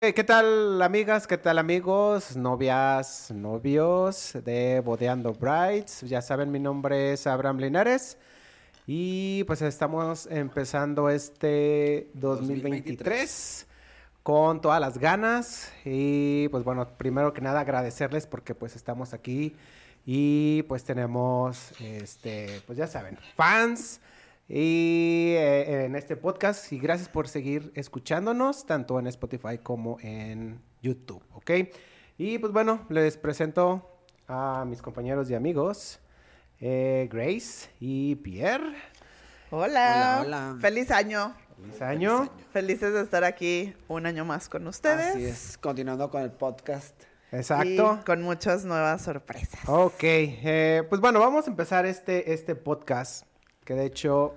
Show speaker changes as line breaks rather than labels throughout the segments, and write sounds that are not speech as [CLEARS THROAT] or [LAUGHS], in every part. Hey, Eh, ¿Qué tal amigas? ¿Qué tal amigos? Novias, novios de Bodeando Brides. Ya saben, mi nombre es Abraham Linares. Y pues estamos empezando este 2023,
2023.
con todas las ganas. Y pues bueno, primero que nada agradecerles porque pues estamos aquí y pues tenemos, este, pues ya saben, fans. Y eh, en este podcast, y gracias por seguir escuchándonos, tanto en Spotify como en YouTube, ¿ok? Y pues bueno, les presento a mis compañeros y amigos, eh, Grace y Pierre.
Hola.
Hola, hola.
Feliz año.
Feliz año.
Felices de estar aquí un año más con ustedes.
Así es, continuando con el podcast.
Exacto. Oh,
Y con muchas nuevas sorpresas.
Ok, eh, pues bueno, vamos a empezar este, este podcast, que de hecho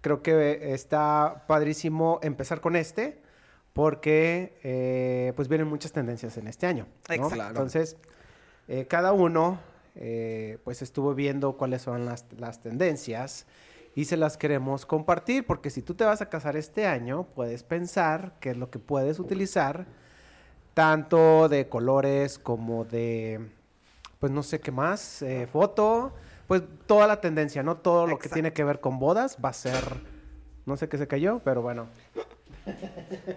creo que está padrísimo empezar con este, porque eh, pues vienen muchas tendencias en este año. ¿no?
Exacto.
Claro.
Entonces, eh, cada uno eh, pues estuvo viendo cuáles son las, las tendencias y se las queremos compartir, porque si tú te vas a casar este año, puedes pensar qué es lo que puedes utilizar, tanto de colores como de pues no sé qué más, eh, foto, pues toda la tendencia, ¿no? Todo lo que
Exacto.
tiene que ver con bodas va a ser, no sé qué se cayó, pero bueno,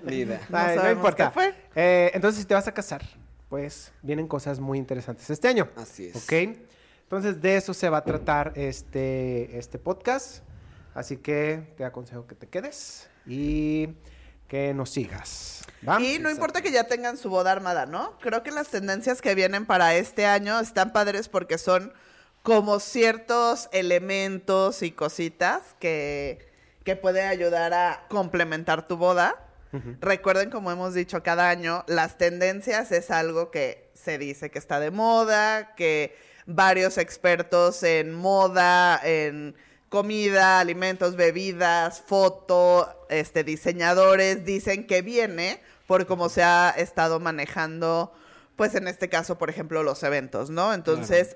Ni idea.
No
Ay, no,
sabemos
importa.
qué fue.
Eh, entonces, si te vas a casar, pues vienen cosas muy interesantes este año,
Así es.
¿ok? Entonces, de eso se va a tratar este, este podcast, así que te aconsejo que te quedes y que nos sigas, ¿va?
Y no
Exacto.
importa que ya tengan su boda armada, ¿no? Creo que las tendencias que vienen para este año están padres porque son como ciertos elementos y cositas que, que pueden ayudar a complementar tu boda.
Ujú.
Recuerden, como hemos dicho cada año, las tendencias es algo que se dice que está de moda, que varios expertos en moda, en comida, alimentos, bebidas, foto, este, diseñadores, dicen que viene por cómo se ha estado manejando, pues en este caso, por ejemplo, los eventos, ¿no? Entonces,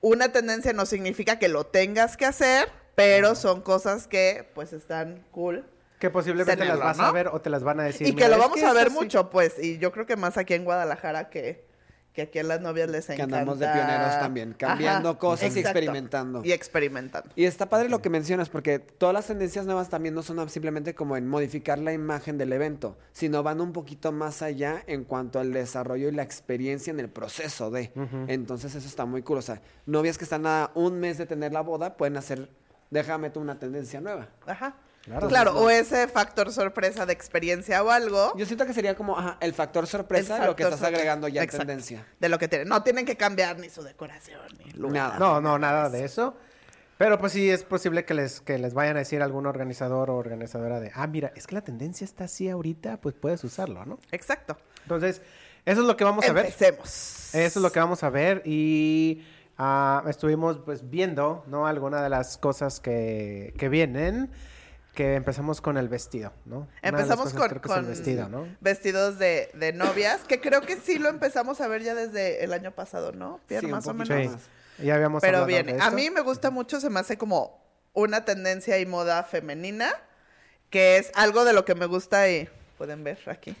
una tendencia no significa que lo tengas que hacer, pero son cosas que, pues, están cool
Que posiblemente
Tenerlo,
las vas a
¿no?
ver o te las van a decir.
y
"Mira,
que lo
es
vamos a
es
ver
así".
mucho, pues. Y yo creo que más aquí en Guadalajara que, que aquí a las novias les
Que
encanta.
andamos de pioneros también, cambiando cosas y experimentando.
Y experimentando.
Y está padre lo que mencionas, porque todas las tendencias nuevas también no son simplemente como en modificar la imagen del evento, sino van un poquito más allá en cuanto al desarrollo y la experiencia en el proceso de. Entonces eso está muy cool. O sea, novias que están a un mes de tener la boda pueden hacer, déjame tú una tendencia nueva.
Ajá.
Claro.
Claro, o ese factor sorpresa de experiencia o algo.
Yo siento que sería como ajá, el factor sorpresa
El
lo
factor
que estás
sorpresa.
agregando ya en
Exacto.
tendencia.
De lo que tienen. No tienen que cambiar ni su decoración ni lugar.
Nada.
No, no, nada de eso. Pero pues sí es posible que les, que les vayan a decir algún organizador o organizadora de, ah, mira, es que la tendencia está así ahorita, pues puedes usarlo, ¿no?
Exacto.
Entonces, eso es lo que vamos a ver.
Empecemos.
Eso es lo que vamos a ver y ah, estuvimos pues viendo, ¿no? Alguna de las cosas que, que vienen, que empezamos con el vestido, ¿no? Una de las
Empezamos
cosas
con,
creo que es el
con
vestido, ¿no?
vestidos de, de novias, que creo que sí lo empezamos a ver ya desde el año pasado, ¿no? Pierre,
Sí, un
más o
poquito
menos.
Sí, ya habíamos
Pero
hablado de
bien, a
esto.
mí me gusta mucho, se me hace como una tendencia y moda femenina, que es algo de lo que me gusta y pueden ver aquí.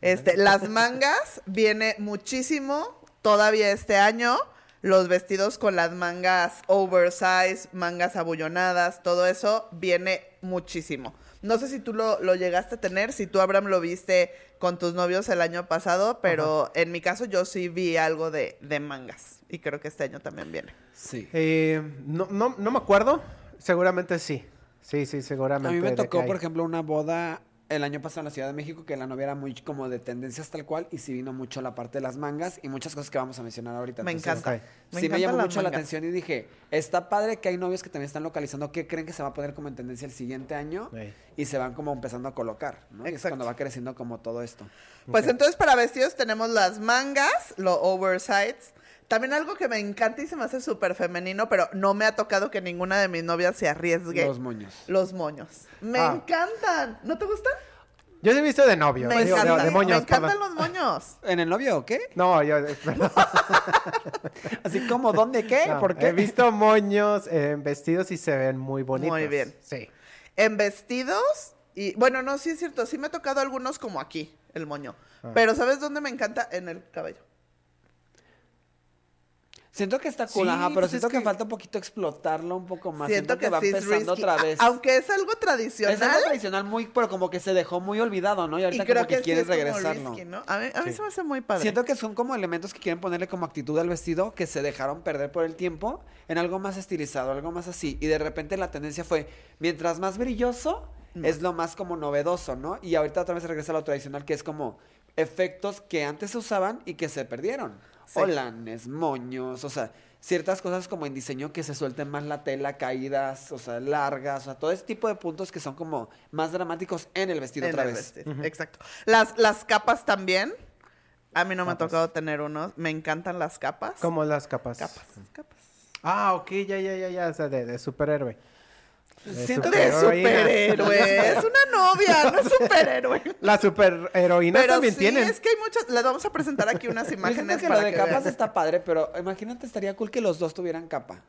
Este, las mangas [LAUGHS] viene muchísimo todavía este año. Los vestidos con las mangas oversize, mangas abullonadas, todo eso viene muchísimo. No sé si tú lo, lo llegaste a tener, si tú, Abraham, lo viste con tus novios el año pasado, pero en mi caso yo sí vi algo de, de mangas y creo que este año también viene.
Sí.
Eh, no, no, no me acuerdo. Seguramente sí. Sí, sí, seguramente.
A mí me
de que
tocó,
hay.
por ejemplo, una boda el año pasado en la Ciudad de México que la novia era muy como de tendencias tal cual y sí vino mucho la parte de las mangas y muchas cosas que vamos a mencionar ahorita.
Me
Entonces,
encanta. Me
sí me
encantan
llamó
las
mucho la
mangas.
atención y dije, está padre que hay novios que también están localizando qué creen que se va a poner como en tendencia el siguiente año
Ey.
y se van como empezando a colocar, ¿no? Y es
Exacto.
cuando va creciendo como todo esto.
Pues entonces para vestidos tenemos las mangas, los oversights. También algo que me encanta y se me hace súper femenino, pero no me ha tocado que ninguna de mis novias se arriesgue.
Los
Los,
moños.
moños. Me
Ah.
encantan. ¿No te gustan?
Yo sí he visto de novio.
me
digo, de-
encantan.
de moños,
me encantan
perdón.
los moños.
¿En el novio o qué?
No, yo. eh, perdón.
Así como, ¿dónde qué?
[LAUGHS] ¿Eh?
No,
¿Por
He
qué?
visto moños en vestidos y se ven muy bonitos.
Muy bien.
Sí.
En vestidos y bueno, no, sí es cierto, sí me ha tocado algunos como aquí. el moño.
Ah.
Pero ¿sabes dónde me encanta? En el cabello.
Siento que está cool,
Sí,
ajá, pero
pues es
siento que...
que-
falta un poquito explotarlo un poco más.
Siento, que,
va
sí es
empezando
risky.
otra vez.
A- Aunque es algo tradicional.
es algo tradicional muy, pero como que se dejó muy olvidado, ¿no? Y
y
ahorita
creo
como que,
que, sí
quieres
es como
regresarlo.
risky, ¿no? A mí, a mí
Sí.
se me hace muy padre.
Siento que son como elementos que quieren ponerle como actitud al vestido que se dejaron perder por el tiempo en algo más estilizado, algo más así. Y de repente la tendencia fue, mientras más brilloso,
Mm.
es lo más como novedoso, ¿no? Y ahorita otra vez se regresa a lo tradicional, que es como efectos que antes se usaban y que se perdieron.
Sí.
Olanes, moños, o sea, ciertas cosas como en diseño que se suelten más la tela, caídas, o sea, largas, o sea, todo ese tipo de puntos que son como más dramáticos en el vestido
En
otra
el
vez.
vestido, Exacto. Las, las capas también. A mí no me ha
Capas.
tocado tener unos. Me encantan las capas.
Como las capas.
Capas, capas.
Ah, ok, ya, ya, ya, ya. O sea, de, de superhéroe. De
Siento
De
superheroína.
superhéroe. es una novia, no es
[LAUGHS]
superhéroe.
La superheroína
Pero
también
sí,
tienen.
es que hay muchas. Les vamos a presentar aquí unas
[LAUGHS] Yo siento
imágenes
que
para
lo de
que
capas
vean.
está padre, pero imagínate, estaría cool que los dos tuvieran capa.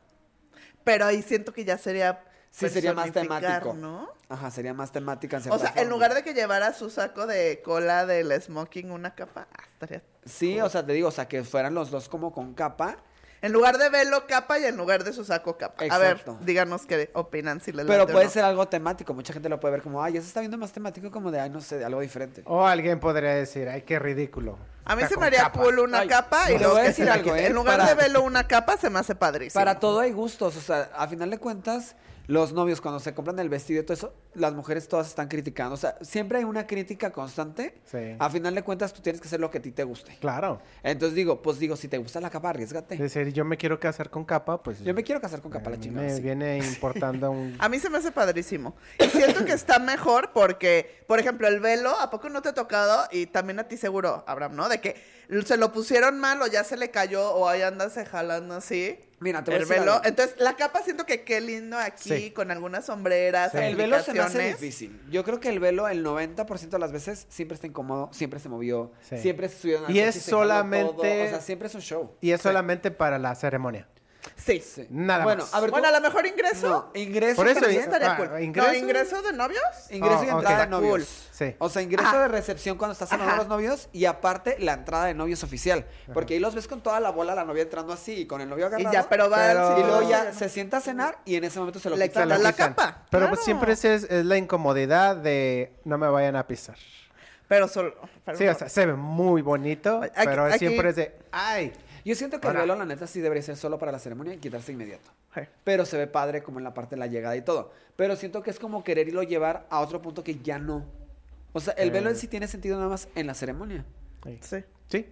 Pero ahí siento que ya sería.
Sí, sería más
personificar,
temático.
¿no?
Ajá, sería más temática en
O
cierta
sea, en
forma.
lugar de que llevara su saco de cola del smoking una capa, ah, estaría.
Sí, o sea, te digo, o sea, que fueran los dos como con capa,
En lugar de velo capa y en lugar de su saco capa. A
Exacto.
ver, díganos qué opinan si les
pero
late o
puede
no.
ser algo temático. Mucha gente lo puede ver como, ay, eso está viendo más temático como de, ay, no sé, de algo diferente.
O alguien podría decir, ay, qué ridículo.
A mí
Está
se
con
me haría
capa.
cool una
Ay,
capa y
te
luego
voy a
que
decir
se la
algo,
quite.
¿eh?
En lugar
Para-
de velo una capa se me hace padrísimo.
Para todo hay gustos, o sea, a final de cuentas, los novios cuando se compran el vestido y todo eso, las mujeres todas están criticando. O sea, siempre hay una crítica constante.
Sí.
A final de cuentas, tú tienes que hacer lo que a ti te guste.
Claro.
Entonces digo, pues digo, si te gusta la capa, arriesgate.
Es decir, yo me quiero casar con capa, pues.
Yo me quiero casar con
a
capa, la
mí
chingada.
Me
sí.
viene importando
[LAUGHS]
un.
A mí se me hace padrísimo. Y siento que está mejor porque, por ejemplo, el velo, ¿a poco no te ha tocado? Y también a ti seguro, Abraham, ¿no? De que se lo pusieron mal o ya se le cayó o ahí andas jalando así.
Mira, Ah, te voy a
El
decir
velo.
algo.
Entonces, la capa siento que qué lindo aquí,
Sí.
con algunas sombreras,
Sí.
El velo se me hace
aplicaciones.
difícil. Yo creo que el velo, el 90% de las veces, siempre está incómodo, siempre se movió,
Sí.
siempre se subió
Y es solamente-
o sea, siempre es un show.
Y es solamente para la ceremonia.
Sí.
Sí.
Nada
Bueno,
más.
a ver,
Bueno,
tú-
a lo mejor ingreso.
No, ingreso.
Por eso
pero
i-
ya estaría
ah,
cool.
ingreso.
No, ingreso de novios.
Ingreso y
Ah, ok.
entrada de
Está
novios.
cool.
Sí.
O sea, ingreso
Ajá.
de recepción cuando estás en
Ajá.
los novios y aparte la entrada de novios oficial. Porque ahí los ves con toda la bola, la novia entrando así y con el novio agarrado.
Y ya, pero va al
Pero-
Y
siguiente
luego ya
día, ¿no?
se sienta a cenar y en ese momento se lo
Le
Se
quitan.
la
lo quitan.
capa,
Pero pues
claro.
siempre es, es- es la incomodidad de no me vayan a pisar.
Pero solo. pero
Sí, o sea, se ve muy bonito,
Aquí-
pero
aquí-
siempre es de, ay,
Yo siento que
Ahora-
el velo, la neta, sí debería ser solo para la ceremonia y quitarse inmediato.
Sí.
Pero se ve padre como en la parte de la llegada y todo. Pero siento que es como quererlo llevar a otro punto que ya no. O sea, el
Mm.
velo en sí tiene sentido nada más en la ceremonia.
Sí.
sí.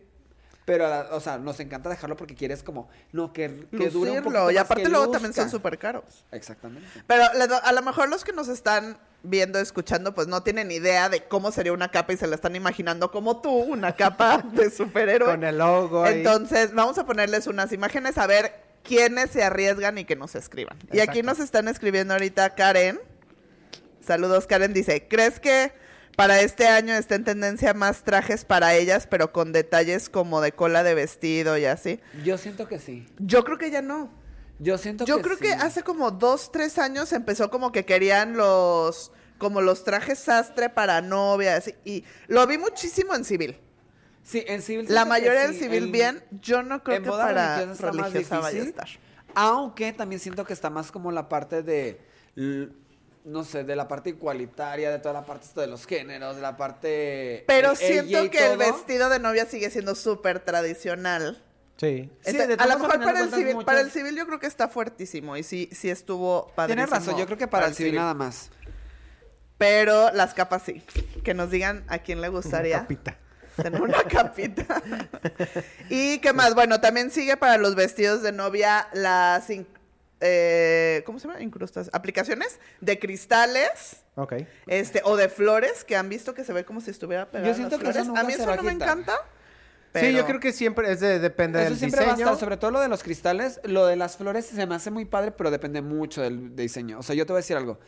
Pero, a la- o sea, nos encanta dejarlo porque quieres como, no, que, que dure un
Lucirlo.
poco
Y aparte luego también son
super...
súper caros.
Exactamente.
Pero le do- a lo mejor los que nos están viendo, escuchando, pues no tienen idea de cómo sería una capa y se la están imaginando como tú, una capa [LAUGHS] de superhéroe.
Con el logo ahí.
Entonces, vamos a ponerles unas imágenes a ver quiénes se arriesgan y que nos escriban. Y aquí
Exacto.
nos están escribiendo ahorita Karen. Saludos, Karen. Dice, ¿crees que para este año está en tendencia más trajes para ellas, pero con detalles como de cola de vestido y así?
Yo siento que sí.
Yo creo que ya no.
Yo siento
Yo
que
creo
sí.
que hace como dos, tres años empezó como que querían los, como los trajes sastre para novias y lo vi muchísimo en civil.
Sí, en civil.
La
siento que
mayoría en
sí.
civil
En-
bien, yo no creo
en
que
boda
para
religiosa está más
religiosa vaya a
difícil. E-,
estar.
Aunque también siento que está más como la parte de, l- no sé, de la parte igualitaria, de toda la parte esto de los géneros, de la parte...
Pero
de ella y
siento que el
todo.
vestido de novia sigue siendo súper tradicional.
Sí.
Sí,
Entonces,
de
a
todos
lo
modos,
mejor
al final
para
de
el,
cuentas,
civil, para el
muchos-
civil yo creo que está fuertísimo y sí, sí estuvo padrísimo.
Tienes razón, yo creo que para el civil nada más.
Pero las capas sí. Que nos digan a quién le gustaría.
Capita.
Tener una capita. ¿Y qué más? Bueno, también sigue para los vestidos de novia las... in- eh, ¿Cómo se llama? Incrustas. Aplicaciones de cristales
Ok.
este o de flores que han visto que se ve como si estuviera pegada.
Yo siento
las
que eso
flores.
nunca
A mí
se
eso
va a
no me
quitar.
encanta.
Sí,
pero-
yo creo que siempre es de, depende
Eso
del
siempre va a
diseño.
estar, sobre todo lo de los cristales. Lo de las flores se me hace muy padre, pero depende mucho del diseño. O sea, yo te voy a decir algo.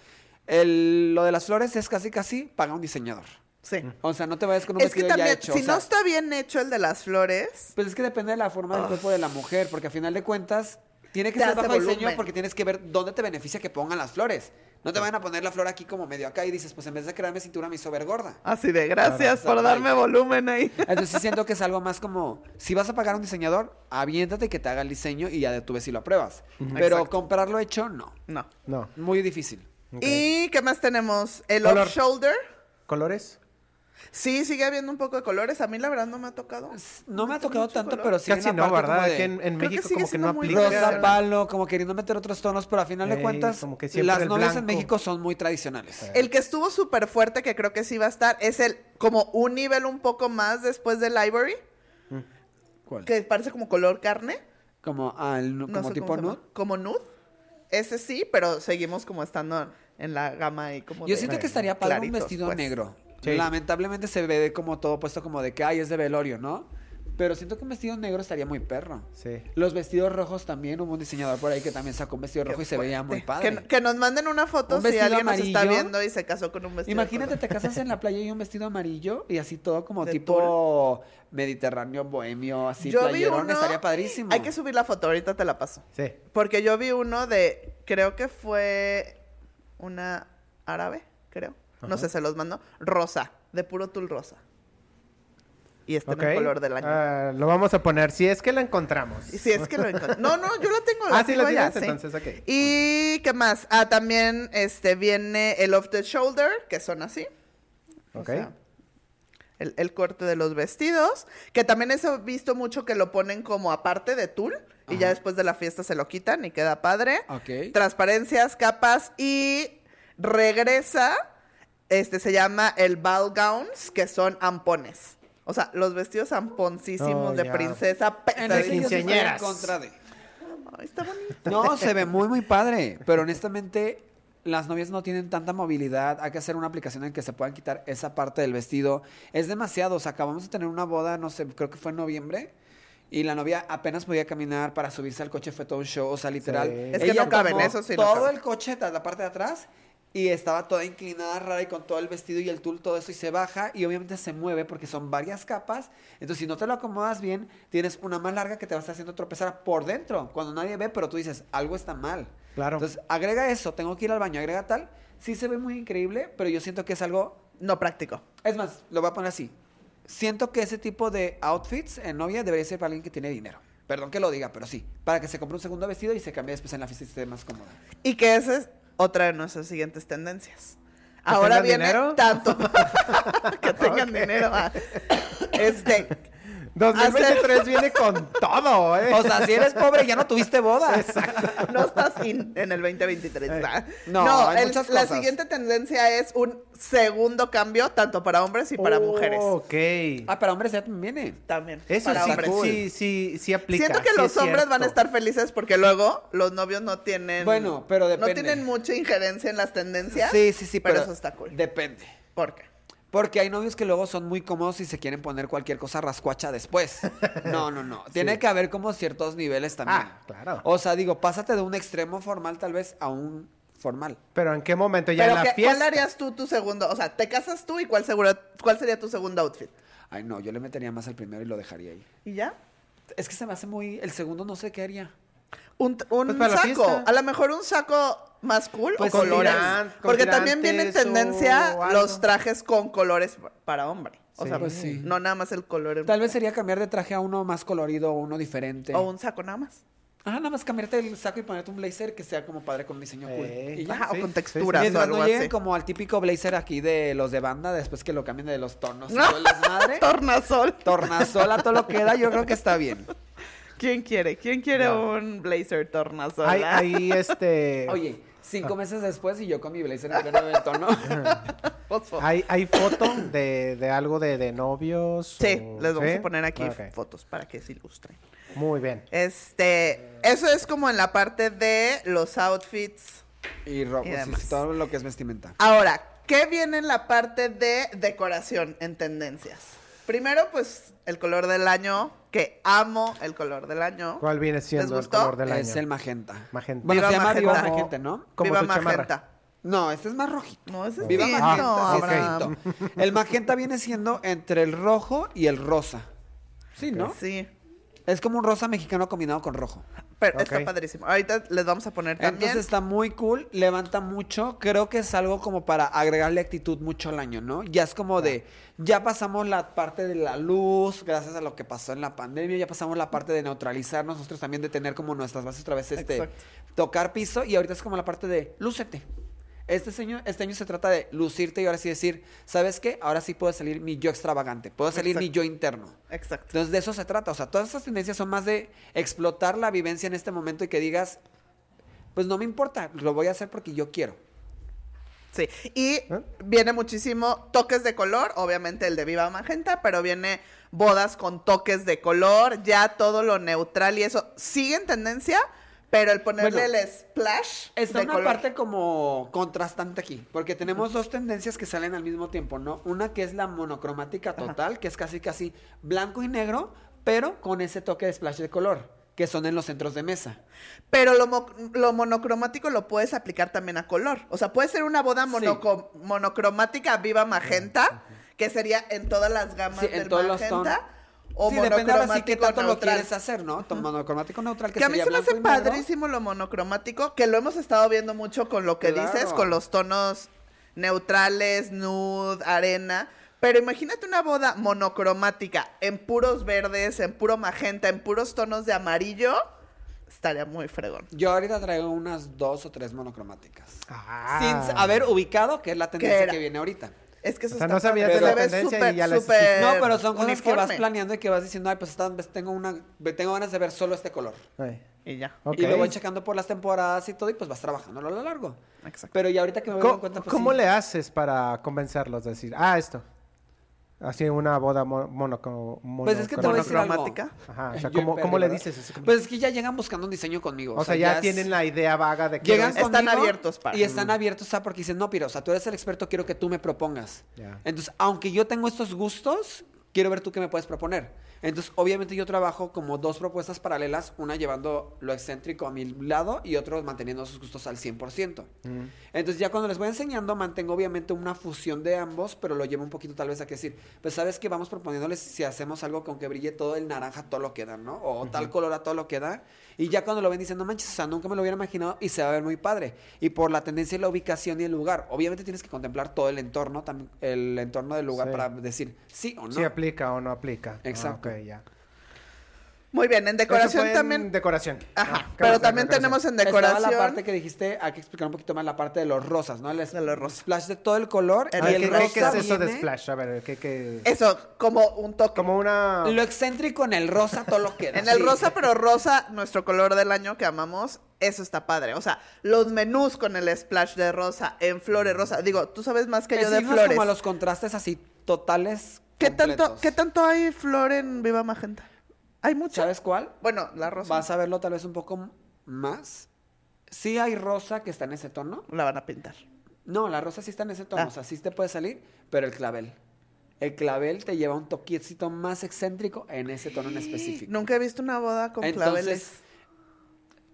El- lo de las flores es casi casi paga un diseñador.
Sí.
O sea, no te vayas con un
Es que
vestido
también,
ya hecho. o
si
sea,
no está bien hecho el de las flores,
Pues es que depende de la forma del cuerpo de la mujer, porque a final de cuentas, Tiene que
Te
ser
hace
bajo diseño
volumen. Ah.
porque tienes que ver dónde te beneficia que pongan las flores. No te van a poner la flor aquí como medio acá y dices, pues en vez de crearme cintura me hizo ver gorda.
Así de gracias
Abraza,
por darme
bye.
volumen ahí. [LAUGHS]
Entonces sí siento que es algo más como, si vas a pagar a un diseñador, aviéntate que te haga el diseño y ya de tu vez si lo apruebas. Pero
Exacto.
comprarlo hecho, no.
No.
No.
Muy difícil.
Ok.
¿Y qué más tenemos? El
Color.
off-shoulder.
¿Colores?
Sí, sigue habiendo un poco de colores. A mí la verdad no me ha tocado.
No me ha
Mete
tocado
mucho
tanto,
color.
pero sí. hay
Casi
una
no,
parte como
¿verdad?
de
Aquí en, en
Creo que
México
sigue
como que
siendo
no
muy
aplica.
Rosa
Literal.
palo, como queriendo meter otros tonos, pero a final de
Ey,
cuentas,
como que siempre
las
el
novias en
blanco.
México son muy tradicionales.
El que estuvo súper fuerte, que creo que sí va a estar, es el como un nivel un poco más después del Ivory,
Mm,
¿Cuál?
que parece como color carne.
Como, al-
No
como
sé
tipo
cómo se
nude.
llama. Como nude. Ese sí, pero seguimos como estando en la gama y como
Yo
de
siento que estaría padre un
claritos,
vestido
pues.
negro.
Sí.
Lamentablemente se ve como todo puesto como de que, ay, es de velorio, ¿no? Pero siento que un vestido negro estaría muy perro.
Sí.
Los vestidos rojos también, hubo un diseñador por ahí que también sacó un vestido
Qué
rojo y se veía muy
fuerte.
padre.
Que, que nos manden una foto
Un
si
vestido
alguien nos está
amarillo.
viendo y se casó con un vestido.
Imagínate,
de
te casas en la playa y un vestido amarillo y así todo como
De
tipo mediterráneo, bohemio, así
color. Yo vi
playerón,
uno-
estaría padrísimo.
Hay que subir la foto, ahorita te la paso.
Sí.
Porque yo vi uno de, creo que fue una árabe, creo. No sé, se los mando. Rosa, de puro tul rosa. Y está en
Ok.
el color del año.
Ah, lo vamos a poner, si es que la encontramos.
Y Si es que lo encontré. No, no, yo la tengo.
Ah, sí la
tengo allá,
tienes, entonces, ok.
¿Y qué más? Ah, también este, viene el off the shoulder, que son así. O
Ok.
sea, el, el corte de los vestidos, que también eso he visto mucho que lo ponen como aparte de tul y ya
Ajá. Ah,
después de la fiesta se lo quitan y queda padre.
Ok.
Transparencias, capas y regresa, este se llama el ball gowns, que son ampones. O sea, los vestidos amponcísimos
Oh,
de
ya.
princesa
En ese yo sí estoy en
quinceañeras.
contra de.
Ay, está bonito.
No, se ve muy, muy padre. Pero honestamente, las novias no tienen tanta movilidad. Hay que hacer una aplicación en que se puedan quitar esa parte del vestido. Es demasiado. O sea, acabamos de tener una boda, no sé, creo que fue en noviembre. Y la novia apenas podía caminar para subirse al coche, fue todo un show. O sea, literal.
Sí.
Es que
ella
no caben,
tomó
eso sí, no
Todo
caben.
el coche, ta- la parte de atrás. Y estaba toda inclinada, rara, y con todo el vestido y el tul, todo eso, y se baja, y obviamente se mueve porque son varias capas. Entonces, si no te lo acomodas bien, tienes una más larga que te vas haciendo tropezar por dentro, cuando nadie ve, pero tú dices, algo está mal.
Claro.
Entonces, agrega eso, tengo que ir al baño, agrega tal. Sí se ve muy increíble, pero yo siento que es algo
No práctico.
es más, lo voy a poner así. Siento que ese tipo de outfits en novia debería ser para alguien que tiene dinero. Perdón que lo diga, pero sí. Para que se compre un segundo vestido y se cambie después en la fiesta y esté más cómoda.
Y que esa es otra de nuestras siguientes tendencias.
¿Que tengan
Ahora viene
dinero?
tanto que tengan dinero. ah. Este,
2023 viene con todo, ¿eh?
O sea, si eres pobre ya no tuviste boda.
no estás in- en el 2023. ¿ah?
No, hay
el-
muchas
la
cosas.
siguiente tendencia es un segundo cambio tanto para hombres y para
Oh,
mujeres.
Ok.
Ah, para hombres ya también viene.
También.
Eso
para
sí,
hombres.
cool.
sí, sí, sí aplica.
Siento que
sí
los
es
hombres van a
cierto.
estar felices porque luego los novios no tienen.
Bueno, pero depende.
No tienen mucha injerencia en las tendencias.
Sí, sí, sí.
ah, Pero, eso está cool.
Depende.
¿Por qué?
Porque hay novios que luego son muy cómodos y se quieren poner cualquier cosa
[LAUGHS]
rascuacha después. No, no, no. Tiene que haber como ciertos niveles también.
Ah, claro.
O sea, digo, pásate de un extremo formal tal vez a un formal.
Pero en qué momento ya
Pero
en la
¿qué- ¿cuál
fiesta.
harías tú tu segundo? O sea, te casas tú y cuál seguro, cuál sería tu segundo outfit.
Ay, no, yo le metería más al primero y lo dejaría ahí.
¿Y ya?
Es que se me hace muy. El segundo no sé qué haría.
Un, un
Pues para la
saco.
fiesta.
A lo mejor un saco más cool
Pues
o
con
colores.
tiran- con
porque también viene en
tirantes
tendencia
o algo.
los trajes con colores pa- para hombre. O
Sí.
sea,
Pues sí.
no nada más el color. en-
Tal vez sería cambiar de traje a uno más colorido o uno diferente.
O un saco nada más.
Ajá, nada más cambiarte el saco y ponerte un blazer que sea como padre con un diseño cool.
Eh,
Y ya.
Ajá, o
sí,
con
sí, sí.
texturas o
Mientras
algo
no lleguen
así.
como al típico blazer aquí de los de banda, después que lo cambien de los tonos y
No.
todo el [LAUGHS] desmadre.
Tornasol.
Tornasola, todo lo queda, yo creo que está bien.
¿Quién quiere? ¿Quién quiere un blazer tornasol?
Ahí,
ah?
ahí,
[LAUGHS]
este.
[LAUGHS] Oye, cinco meses después y yo con mi blazer en pleno del tono.
Por favor.
¿Hay, hay foto de, de algo de, de novios?
Sí,
o-
les vamos
¿sí?
a poner aquí
Ok.
fotos para que se ilustren.
Muy bien.
Este, eso es como en la parte de los outfits.
[LAUGHS] Y ropa,
Y
sí,
demás.
sí, todo lo que es vestimenta.
Ahora, ¿qué viene en la parte de decoración en tendencias? Primero, pues, el color del año, que amo el color del año.
¿Cuál viene siendo el
gustó?
color del año?
Es el magenta.
Magenta.
Bueno,
Viva
se llama Viva
Magenta.
Magenta, ¿no?
Como
Viva
tu chamarra.
magenta.
No, este es más rojito.
No, ese es Ah,
Viva
distinto,
magenta, sí,
Abraham.
es distinto. El magenta viene siendo entre el rojo y el rosa. Sí, ¿no?
Sí.
Es Es como un rosa mexicano combinado con rojo.
Pero
Ok.
está padrísimo. Ahorita les vamos a poner también.
Entonces está muy cool, levanta mucho. Creo que es algo como para agregarle actitud mucho al año, ¿no? Ya es como de, ya pasamos la parte de la luz, gracias a lo que pasó en la pandemia, ya pasamos la parte de neutralizarnos, nosotros también de tener como nuestras bases otra vez, este,
Exacto.
tocar piso, y ahorita es como la parte de, lúcete. Este año, este año se trata de lucirte y ahora sí decir, ¿sabes qué? Ahora sí puedo salir mi yo extravagante, puedo salir mi
Exacto.
yo interno.
Exacto.
Entonces de eso se trata. O sea, todas esas tendencias son más de explotar la vivencia en este momento y que digas, pues no me importa, lo voy a hacer porque yo quiero.
Sí. Y
¿Eh?
viene muchísimo toques de color, obviamente el de Viva Magenta, pero viene bodas con toques de color, ya todo lo neutral y eso sigue en tendencia, pero el ponerle
Bueno,
el splash
Está
de
una
color.
parte como contrastante aquí, porque tenemos dos tendencias que salen al mismo tiempo, ¿no? Una que es la monocromática total, que es casi casi blanco y negro, pero con ese toque de splash de color, que son en los centros de mesa.
Pero lo, mo- lo monocromático lo puedes aplicar también a color. O sea, puede ser una boda
Sí.
monoco- monocromática Viva Magenta, que sería en todas las gamas
Sí, en
del
todos los tonos.
magenta. O
sí, depende ahora
monocromático
sí qué tanto lo
neutral.
quieres hacer, ¿no? Monocromático neutral, que,
Que a mí
sería
se me hace
blanco y negro.
padrísimo lo monocromático, que lo hemos estado viendo mucho con lo que
Claro.
dices, con los tonos neutrales, nude, arena. Pero imagínate una boda monocromática en puros verdes, en puro magenta, en puros tonos de amarillo. Estaría muy fregón.
Yo ahorita traigo unas dos o tres monocromáticas.
Ah.
Sin haber ubicado que es la tendencia
era?
que viene ahorita.
Es que eso
O sea,
está
no sabías
padre.
de la
Se ve
tendencia y
súper,
ya la
súper
hiciste.
No, pero son cosas que vas
uniforme.
planeando y que vas diciendo, ay, pues esta vez tengo una, ve- tengo ganas de ver solo este color.
Ay,
Y ya.
ok.
Y lo voy checando por las temporadas y todo, y pues vas trabajándolo a lo largo.
Exacto.
Pero ya ahorita que me voy
¿Cómo,
dando cuenta, pues
cómo
sí.
le haces para convencerlos? de Decir, ah, esto. Así una boda mo- mono, como-
Pues es que te voy a decir algo.
monocromática?
[LAUGHS]
Ajá, o sea,
Yo
¿cómo,
en
cómo le
perdido,
dices?
¿verdad?
Así como-
Pues es que ya llegan buscando un diseño conmigo.
o sea, ya,
es-
tienen la idea vaga de que...
Llegan
Están
conmigo
abiertos para-
Y están abiertos, a Porque dicen, no, Piro, o sea, tú eres el experto, quiero que tú me propongas.
Ya.
Entonces, aunque yo tengo estos gustos, quiero ver tú qué me puedes proponer. Entonces, obviamente yo trabajo como dos propuestas paralelas, una llevando lo excéntrico a mi lado y otro manteniendo sus gustos al 100%. Entonces, ya cuando les voy enseñando, mantengo obviamente una fusión de ambos, pero lo llevo un poquito tal vez a que decir, pues sabes que vamos proponiéndoles si hacemos algo con que brille todo el naranja, todo lo que da, ¿no? O tal color a todo lo que da. Y ya cuando lo ven dicen, no manches, o sea, nunca me lo hubiera imaginado y se va a ver muy padre. Y por la tendencia y la ubicación y el lugar, obviamente tienes que contemplar todo el entorno, tam- el entorno del lugar
Sí.
para decir sí o no.
Si aplica o no aplica. Ah,
Exacto.
ok, ya.
Muy bien, en
Eso
decoración
fue en
también.
Decoración.
Ajá,
Ah,
pero
claro,
también
decoración.
tenemos en
Estaba
decoración.
Pues la parte que dijiste, hay que explicar un poquito más la parte de los rosas, ¿no? El
De los rosas.
splash de todo el color.
El
A
y
ver,
el
¿qué,
rosa
qué- qué es eso de
viene-
Splash? A ver, ¿qué, qué...
Eso, como un toque.
Como una...
Lo excéntrico en el rosa, todo
[LAUGHS]
lo que da.
En el
Sí.
rosa, pero rosa, nuestro color del año que amamos, eso está padre. O sea, los menús con el splash de rosa, en flores rosa. Digo, tú sabes más que yo
Es
de
irnos
flores.
como a los contrastes así totales.
¿Qué, tanto,
completos.
¿Qué tanto hay flor en Viva Magenta? Hay mucho.
¿Sabes cuál?
Bueno, la rosa.
Vas a verlo tal vez un poco m- más. Sí hay rosa que está en ese tono.
La van a pintar.
No, la rosa sí está en ese tono.
Ah.
O sea, sí te puede salir, pero el clavel. El clavel te lleva un toquecito más excéntrico en ese tono en específico.
Nunca he visto una boda con
Entonces,
claveles.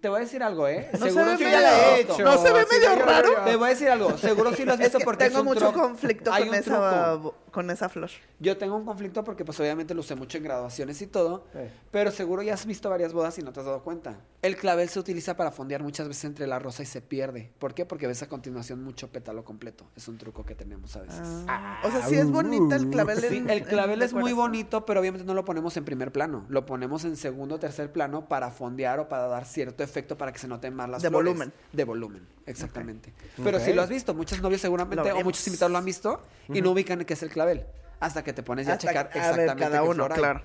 Te voy a decir algo, ¿eh?
No
Seguro
se ve
sí
medio,
ya lo he hecho.
¿no se ve
Sí,
medio
yo- yo-
raro.
yo-
Te voy a decir algo. Seguro sí lo has
Es
visto
que
porque es
tengo
un
mucho
tro-
conflicto
hay
con
un
esa,
truco.
bo- con esa flor.
Yo tengo un conflicto porque pues obviamente lo usé mucho en graduaciones y todo,
Eh.
pero seguro ya has visto varias bodas y no te has dado cuenta. El clavel se utiliza para fondear muchas veces entre la rosa y se pierde. ¿Por qué? Porque ves a continuación mucho pétalo completo. Es un truco que tenemos a veces.
Ah, o sea, sí es bonita el clavel.
Sí,
en-
el clavel
en
es muy
decoración.
bonito, pero obviamente no lo ponemos en primer plano. Lo ponemos en segundo o tercer plano para fondear o para dar cierto efecto para que se noten más las
De
flores.
volumen.
De volumen, exactamente. Pero
Ok.
si lo has visto, muchos novios
Lo
seguramente o
veremos.
muchos invitados lo han visto y no ubican qué es el clavel. Hasta que te pones ya
Hasta
a checar
que- a ver,
exactamente
cada
qué
uno,
flor hay.
claro.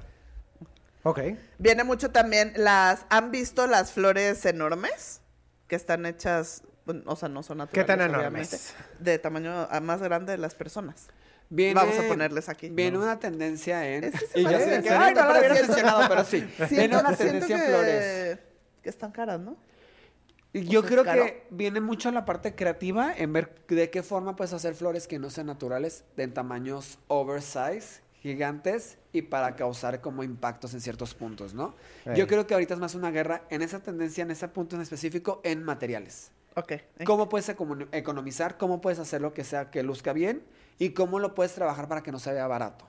Ok.
Viene mucho también las... ¿Han visto las flores enormes? Que están hechas... bueno, O sea, no son naturales,
tan enormes?
obviamente, De tamaño a más grande de las personas.
Viene-
Vamos a ponerles aquí.
Viene una tendencia en.
Ese se
y yo
parece
sé
de
que,
que-
ay, no lo hubiera
Siento-
mencionado, [LAUGHS]
[LAUGHS]
pero sí. viene
Siento-
una
siento
tendencia en
que-
flores.
Que están caras, ¿no?
Yo
Pues es
creo
caro.
que viene mucho la parte creativa en ver de qué forma puedes hacer flores que no sean naturales, de tamaños oversize, gigantes, y para causar como impactos en ciertos puntos, ¿no?
Ey.
Yo creo que ahorita es más una guerra en esa tendencia, en ese punto en específico, en materiales.
Ok. eh.
¿Cómo puedes econo- economizar? ¿Cómo puedes hacer lo que sea que luzca bien? ¿Y cómo lo puedes trabajar para que no se vea barato?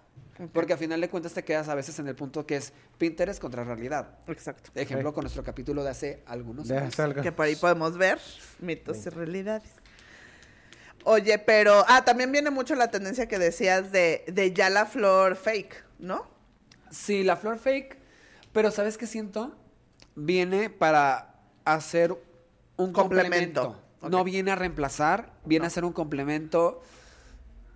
Porque al final de cuentas te quedas a veces en el punto que es Pinterest contra realidad.
Exacto.
Ejemplo
Ok.
con nuestro capítulo de hace algunos
Ya,
años.
salga.
Que por ahí podemos ver mitos y realidades. Oye, pero. Ah, también viene mucho la tendencia que decías de, de ya la flor fake, ¿no?
Sí, la flor fake, pero ¿sabes qué siento? Viene para hacer un complemento.
Complemento.
No
Ok.
viene a reemplazar, viene a ser un complemento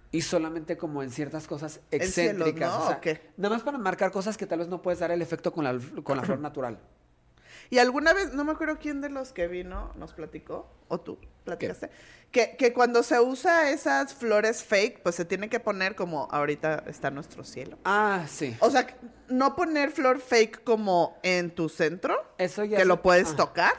y solamente como en ciertas cosas
El cielo,
excéntricas.
¿no?
o sea,
¿O qué?
Nada más para marcar cosas que tal vez no puedes dar el efecto con la, con la flor natural.
Y alguna vez, no me acuerdo quién de los que vino nos platicó, o tú platicaste, que, que cuando se usa esas flores fake, pues se tiene que poner como ahorita está nuestro cielo.
Ah, sí.
O sea, no poner flor fake como en tu centro,
Eso ya
que
se-
lo puedes
ah,
tocar.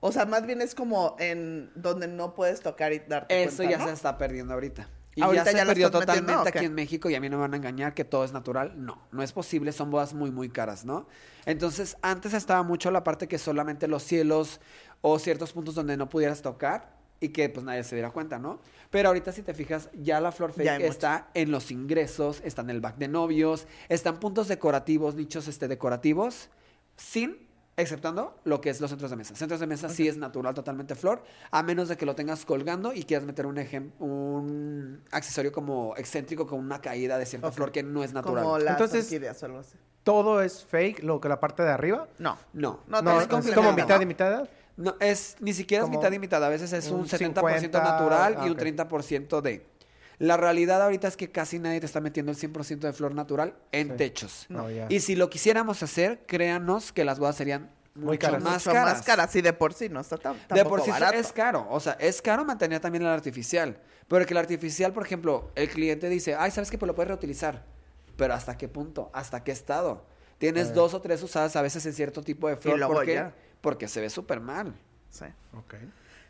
O sea, más bien es como en donde no puedes tocar y darte
Eso
cuenta,
ya
¿no?
se está perdiendo ahorita. Y
Ahorita
ya se
ya la
perdió
estás metiendo,
totalmente
¿o qué?
aquí en México y a mí no me van a engañar que todo es natural. No, no es posible, son bodas muy, muy caras, ¿no? Entonces, antes estaba mucho la parte que solamente los cielos o ciertos puntos donde no pudieras tocar y que pues nadie se diera cuenta, ¿no? Pero ahorita si te fijas, ya la flor
Ya hay
fake está en los ingresos, está en el back de novios, están puntos decorativos, nichos este, decorativos, sin Exceptando lo que es los centros de mesa. Centros de mesa sí es natural, totalmente flor, a menos de que lo tengas colgando y quieras meter un, ejem- un accesorio como excéntrico con una caída de cierta
Ok.
flor que no es natural.
Como las
Entonces-
orquídeas o algo así.
Todo es fake, lo que la parte de arriba.
No.
No,
No,
no,
No,
también
es como
complementa,
mitad
¿no?
y mitad.
es ni siquiera es
Como
mitad y mitad, a veces es un,
un
70%
50,
natural
ah,
y un
ok.
30% de... La realidad ahorita es que casi nadie te está metiendo el 100% de flor natural en
Sí.
techos.
No, ya.
Y si lo quisiéramos hacer, créanos que las bodas serían
Muy
mucho
caras.
más
Mucho
caras.
más caras. Y de por sí no está tan
De
tampoco
por sí
barato.
es caro, o sea, es caro mantener también el artificial, pero que el artificial, por ejemplo, el cliente dice, ay, ¿sabes que Pues lo puedes reutilizar, pero ¿hasta qué punto? ¿Hasta qué estado? Tienes dos o tres usadas a veces en cierto tipo de flor,
Eh. luego
¿por qué?
ya.
Porque se ve súper mal.
Sí.
Ok.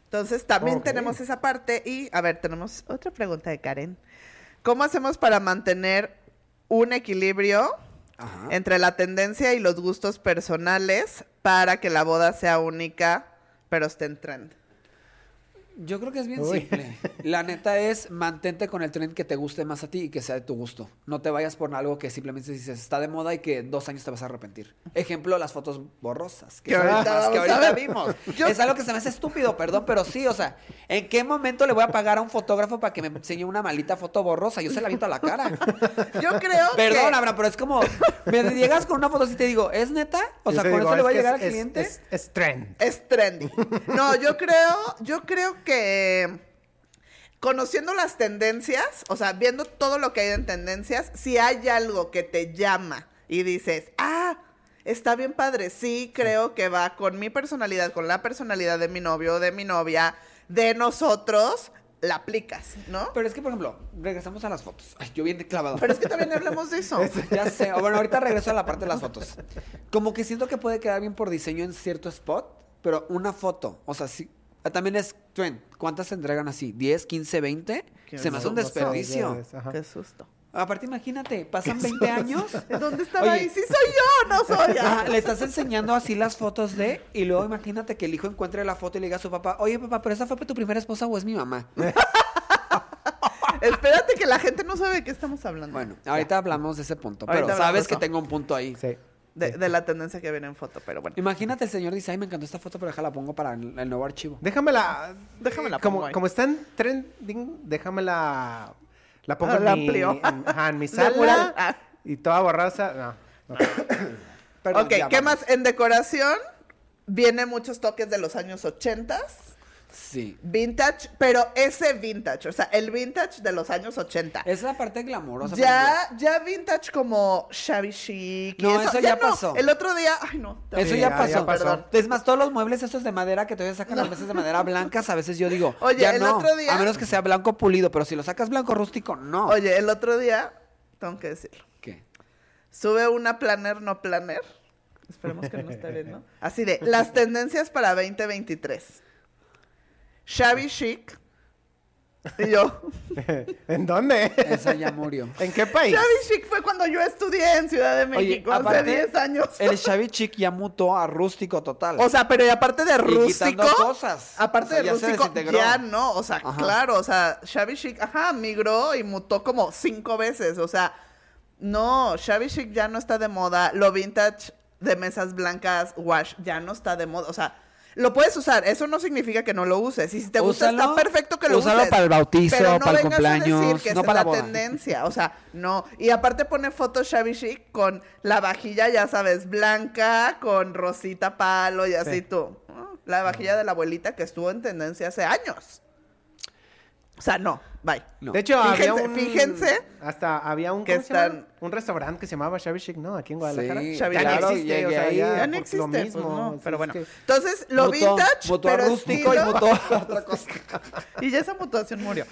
Entonces también
Ok.
tenemos esa parte y a ver, tenemos otra pregunta de Karen. ¿Cómo hacemos para mantener un equilibrio
Ajá.
entre la tendencia y los gustos personales para que la boda sea única pero esté en trend?
Yo creo que es bien
Uy.
simple. La neta es mantente con el tren que te guste más a ti y que sea de tu gusto. No te vayas por algo que simplemente dices está de moda y que en dos años te vas a arrepentir. Ejemplo, las fotos borrosas. Que,
Que
son
ahorita
las que
vamos a
ahorita
[LAUGHS]
ver.
vimos.
Yo-
Es algo que se me hace estúpido, perdón, pero sí, o sea, ¿en qué momento le voy a pagar a un fotógrafo para que me enseñe una malita foto borrosa? Yo se la viento a
[LAUGHS]
la cara.
Yo creo
[LAUGHS] Perdón,
que
Abraham, pero es como, me llegas con una foto y te digo, ¿es neta? O
Yo
sea,
te
¿con
digo,
eso le
es
va a
que
llegar
es-
al
es-
cliente?
Es, es trend.
es trendy. No, yo creo, yo creo que conociendo las tendencias, o sea, viendo todo lo que hay en tendencias, si hay algo que te llama y dices, ah, está bien padre, sí creo que va con mi personalidad, con la personalidad de mi novio, de mi novia, de nosotros, la aplicas, ¿no?
Pero es que, por ejemplo, regresamos a las fotos. Ay, yo bien clavado.
Pero es que también hablemos de
[LAUGHS]
eso.
Ya sé. O Bueno, ahorita regreso a la parte de las fotos. Como que siento que puede quedar bien por diseño en cierto spot, pero una foto, o sea, sí. Ah, También es trend. ¿Cuántas se entregan así? ¿10, 15, 20?
Qué
Se me hace
horror,
un
no sé.
desperdicio.
Ajá.
Qué susto.
Aparte, imagínate, pasan 20 años.
¿Dónde estaba
Oye.
ahí? Sí soy yo, no
[LAUGHS]
soy
Ajá,
yo.
le estás enseñando así las fotos de, y luego imagínate que el hijo encuentre la foto y le diga a su papá, oye papá, pero esa fue tu primera esposa o es mi mamá.
Espérate que la gente no sabe de qué estamos hablando. [LAUGHS]
Bueno, ahorita hablamos de ese punto,
Ahorita
pero
hablamos de
sabes que
eso.
tengo un punto ahí.
Sí.
De, de la tendencia que viene en foto, pero bueno.
Imagínate el señor dice, ay, me encantó esta foto, pero déjala pongo para el, el nuevo archivo.
Déjamela.
Déjamela, pongo
Como,
ahí.
como está en trending, déjamela. La pongo
Ah,
en,
la
mi,
amplió.
en- ajá, en mi
De mural.
sala.
Ah.
Y toda borrasa. No. no.
Perdón,
ok,
ya
¿qué
vamos.
más? En decoración vienen muchos toques de los años 80,
Sí.
vintage, pero ese vintage, o sea, el vintage de los años 80.
Esa es la parte glamorosa. por
ya, ya vintage como shabby chic. y
No, eso ya pasó.
El otro día, ay no.
ejemplo. Eso
Sí,
ya,
ya-
pasó.
ya pasó.
Perdón. Es más, todos los muebles esos de madera que todavía sacan las mesas de madera blancas, a veces yo digo,
[LAUGHS] Oye,
ya
el
no,
otro día-
a menos que sea blanco pulido, pero si lo sacas blanco rústico, no.
Oye, el otro día, tengo que decirlo,
¿Qué?
sube una planner no planner. Esperemos que no esté bien, ¿no? Así de, las tendencias para 2023. Shabby chic. Y yo,
¿En dónde?
Esa ya murió.
¿En qué país?
Shabby Chic fue cuando yo estudié en Ciudad de México hace
aparte,
10 años.
El Shabby Chic ya mutó a rústico total.
O sea, pero y aparte de
Y
rústico.
quitando cosas.
Aparte
O sea,
de
ya se
rústico,
desintegró.
ya no. O sea,
Ajá.
claro, o sea, Shabby Chic, ajá, migró y mutó como cinco veces. O sea, No, shabby chic ya no está de moda. Lo vintage de mesas blancas wash ya no está de moda. O sea, lo puedes usar. Eso no significa que no lo uses. Y si te gusta,
Úsalo,
está perfecto que lo
úsalo
uses.
para el bautizo,
Pero no
para el
vengas a decir
cumpleaños,
que
no
esa
para
es la
la boda.
tendencia. O sea, no. Y aparte pone fotos shabby chic con la vajilla, ya sabes, blanca, con rosita palo y así
Sí.
tú. Ah, La vajilla de la abuelita que estuvo en tendencia hace años. O sea, no. Bye.
No.
De hecho, había
Fíjense,
un...
fíjense
Hasta había un...
que
¿cómo se llama?
están-
Un restaurante que se llamaba Shabby Chic, ¿no? Aquí en Guadalajara.
Sí,
ya
claro,
no existe,
llegué
o sea,
ahí.
ya,
Ya no
por
existe,
lo
pues,
mismo.
no,
así
pero
es
bueno.
que-
Entonces, lo
Mutó-
vintage,
mutó a
pero
rústico y
estilo-
mutó a otra cosa.
[LAUGHS] Y ya esa mutación murió.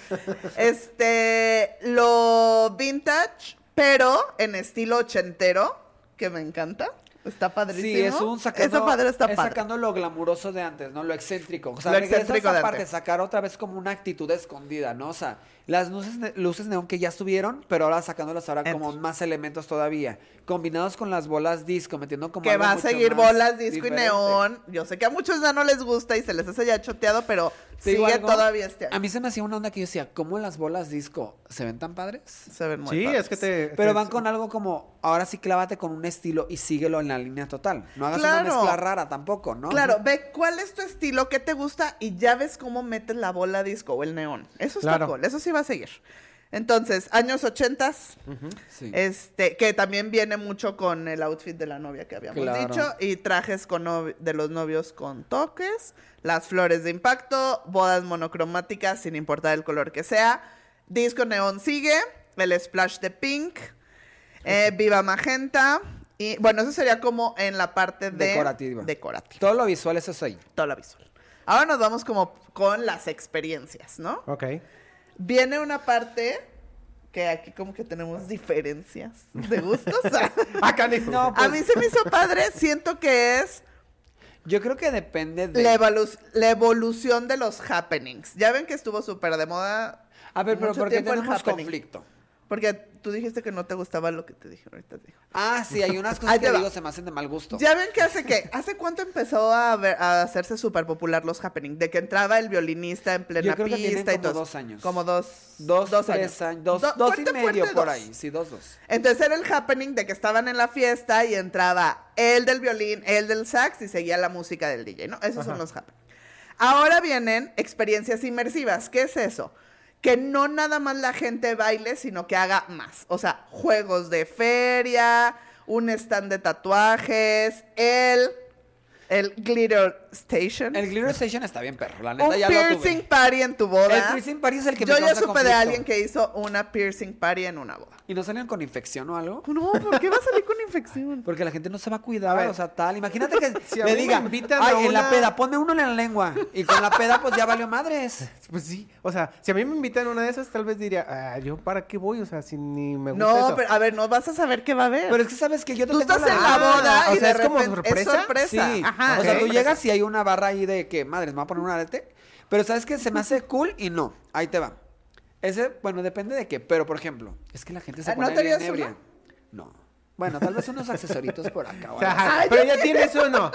Este, lo vintage, pero en estilo ochentero, que me encanta. Está padrísimo.
Sí, es un sacando,
Esa padre está
es
padre.
sacando lo glamuroso de antes, ¿no? Lo excéntrico. O sea,
Lo
regresa
excéntrico
esa
de
parte,
antes.
sacar otra vez como una actitud escondida, ¿no? O sea, las luces, ne- luces neón que ya estuvieron, pero ahora sacándolas ahora como
Entonces.
más elementos todavía. Combinados con las bolas disco, metiendo como
Que
algo
va a
mucho
seguir
más
bolas, disco
diferente.
y neón. Yo sé que a muchos ya no les gusta y se les hace ya choteado, pero
Te
sigue
digo algo,
todavía este
A
año.
mí se me hacía una onda que yo decía, ¿cómo las bolas disco se ven tan padres?
Se ven muy
Sí,
padres.
es que te...
Pero
te-
van con algo como, ahora sí clávate con un estilo y síguelo en la línea total. No hagas
Claro.
una mezcla rara tampoco, ¿no?
Claro, ve cuál es tu estilo, qué te gusta y ya ves cómo metes la bola disco o el neón. Eso está
Claro.
cool, eso sí va a seguir. Entonces, años 80
Sí.
este, que también viene mucho con el outfit de la novia que habíamos
Claro.
dicho, y trajes con novi- de los novios con toques, las flores de impacto, bodas monocromáticas sin importar el color que sea, disco neón sigue, el splash de pink, eh, viva magenta, y bueno, eso sería como en la parte de
Decorativa.
decorativa
Todo lo visual eso es ahí.
toda la visual. Ahora nos vamos como con las experiencias, ¿no?
Ok.
Viene una parte que aquí como que tenemos diferencias de gustos. [LAUGHS]
Ah, cani-
No, pues.
A mí se me hizo padre, siento que es
Yo creo que depende de...
la, evolu- la evolución de los happenings. Ya ven que estuvo súper de moda
A ver, pero
mucho
¿por qué
tiempo el
tenemos
happening.
conflicto?
porque tú dijiste que no te gustaba lo que te dije ahorita. te digo.
Ah, sí, hay
[LAUGHS]
unas cosas
Ahí te
que
va.
digo se me hacen de mal gusto.
Ya ven que hace que, ¿hace cuánto empezó a, ver- a hacerse súper popular los happenings? De que entraba el violinista en plena
Yo creo que
pista y
tienen como
todo.
dos años.
Como dos,
Dos,
dos
tres años. Dos,
Do-
dos
fuerte,
y medio
fuerte,
por
dos.
ahí. Sí, dos, dos.
Entonces era el happening de que estaban en la fiesta y entraba el del violín, el del sax y seguía la música del DJ, ¿no? Esos son los happenings. Ahora vienen experiencias inmersivas. ¿Qué es eso? Que no nada más la gente baile, sino que haga más. O sea, juegos de feria, un stand de tatuajes, el, el glitter station,
El Glitter Station está bien, perro. La neta
un
ya lo
piercing
tuve.
party en tu boda.
El piercing party es el que me
Yo ya
causa
supe de
conflicto.
alguien que hizo una piercing party en una boda.
¿Y no salían con infección o algo?
No, ¿por qué va a salir con infección?
Porque la gente no se va a cuidar,
A ver.
o sea, tal.
[LAUGHS]
Imagínate que
Si a
le
mí me
digan,
invitan
ay,
a
en la
una-
peda, ponme uno en la lengua. Y con la peda, pues ya
[LAUGHS]
valió madres.
Pues sí, o sea, si a mí me invitan a una de esas, tal vez diría, ah, ¿yo para qué voy? O sea, si ni me gusta
No,
eso.
pero a ver, no vas a saber qué va a haber.
Pero es que sabes que yo te
tú
tengo
estás en la
Ah,
boda
o
y
sea,
de
es como
repente-
sorpresa.
Es sorpresa.
Sí.
Ajá,
o sea,
es
tú
sorpresa.
llegas y hay una barra ahí de que, madres, me va a poner un arete. Pero sabes que se me hace cool y no. Ahí te va. Ese, bueno, depende de qué. Pero, por ejemplo, es que la gente se
Ah, ¿no
pone bien
tenías
ebria.
uno?
No. Bueno, tal vez unos accesoritos por acá. [LAUGHS] o
O sea,
algo así.
ajá,
Ay,
pero
yo
ya tienes uno.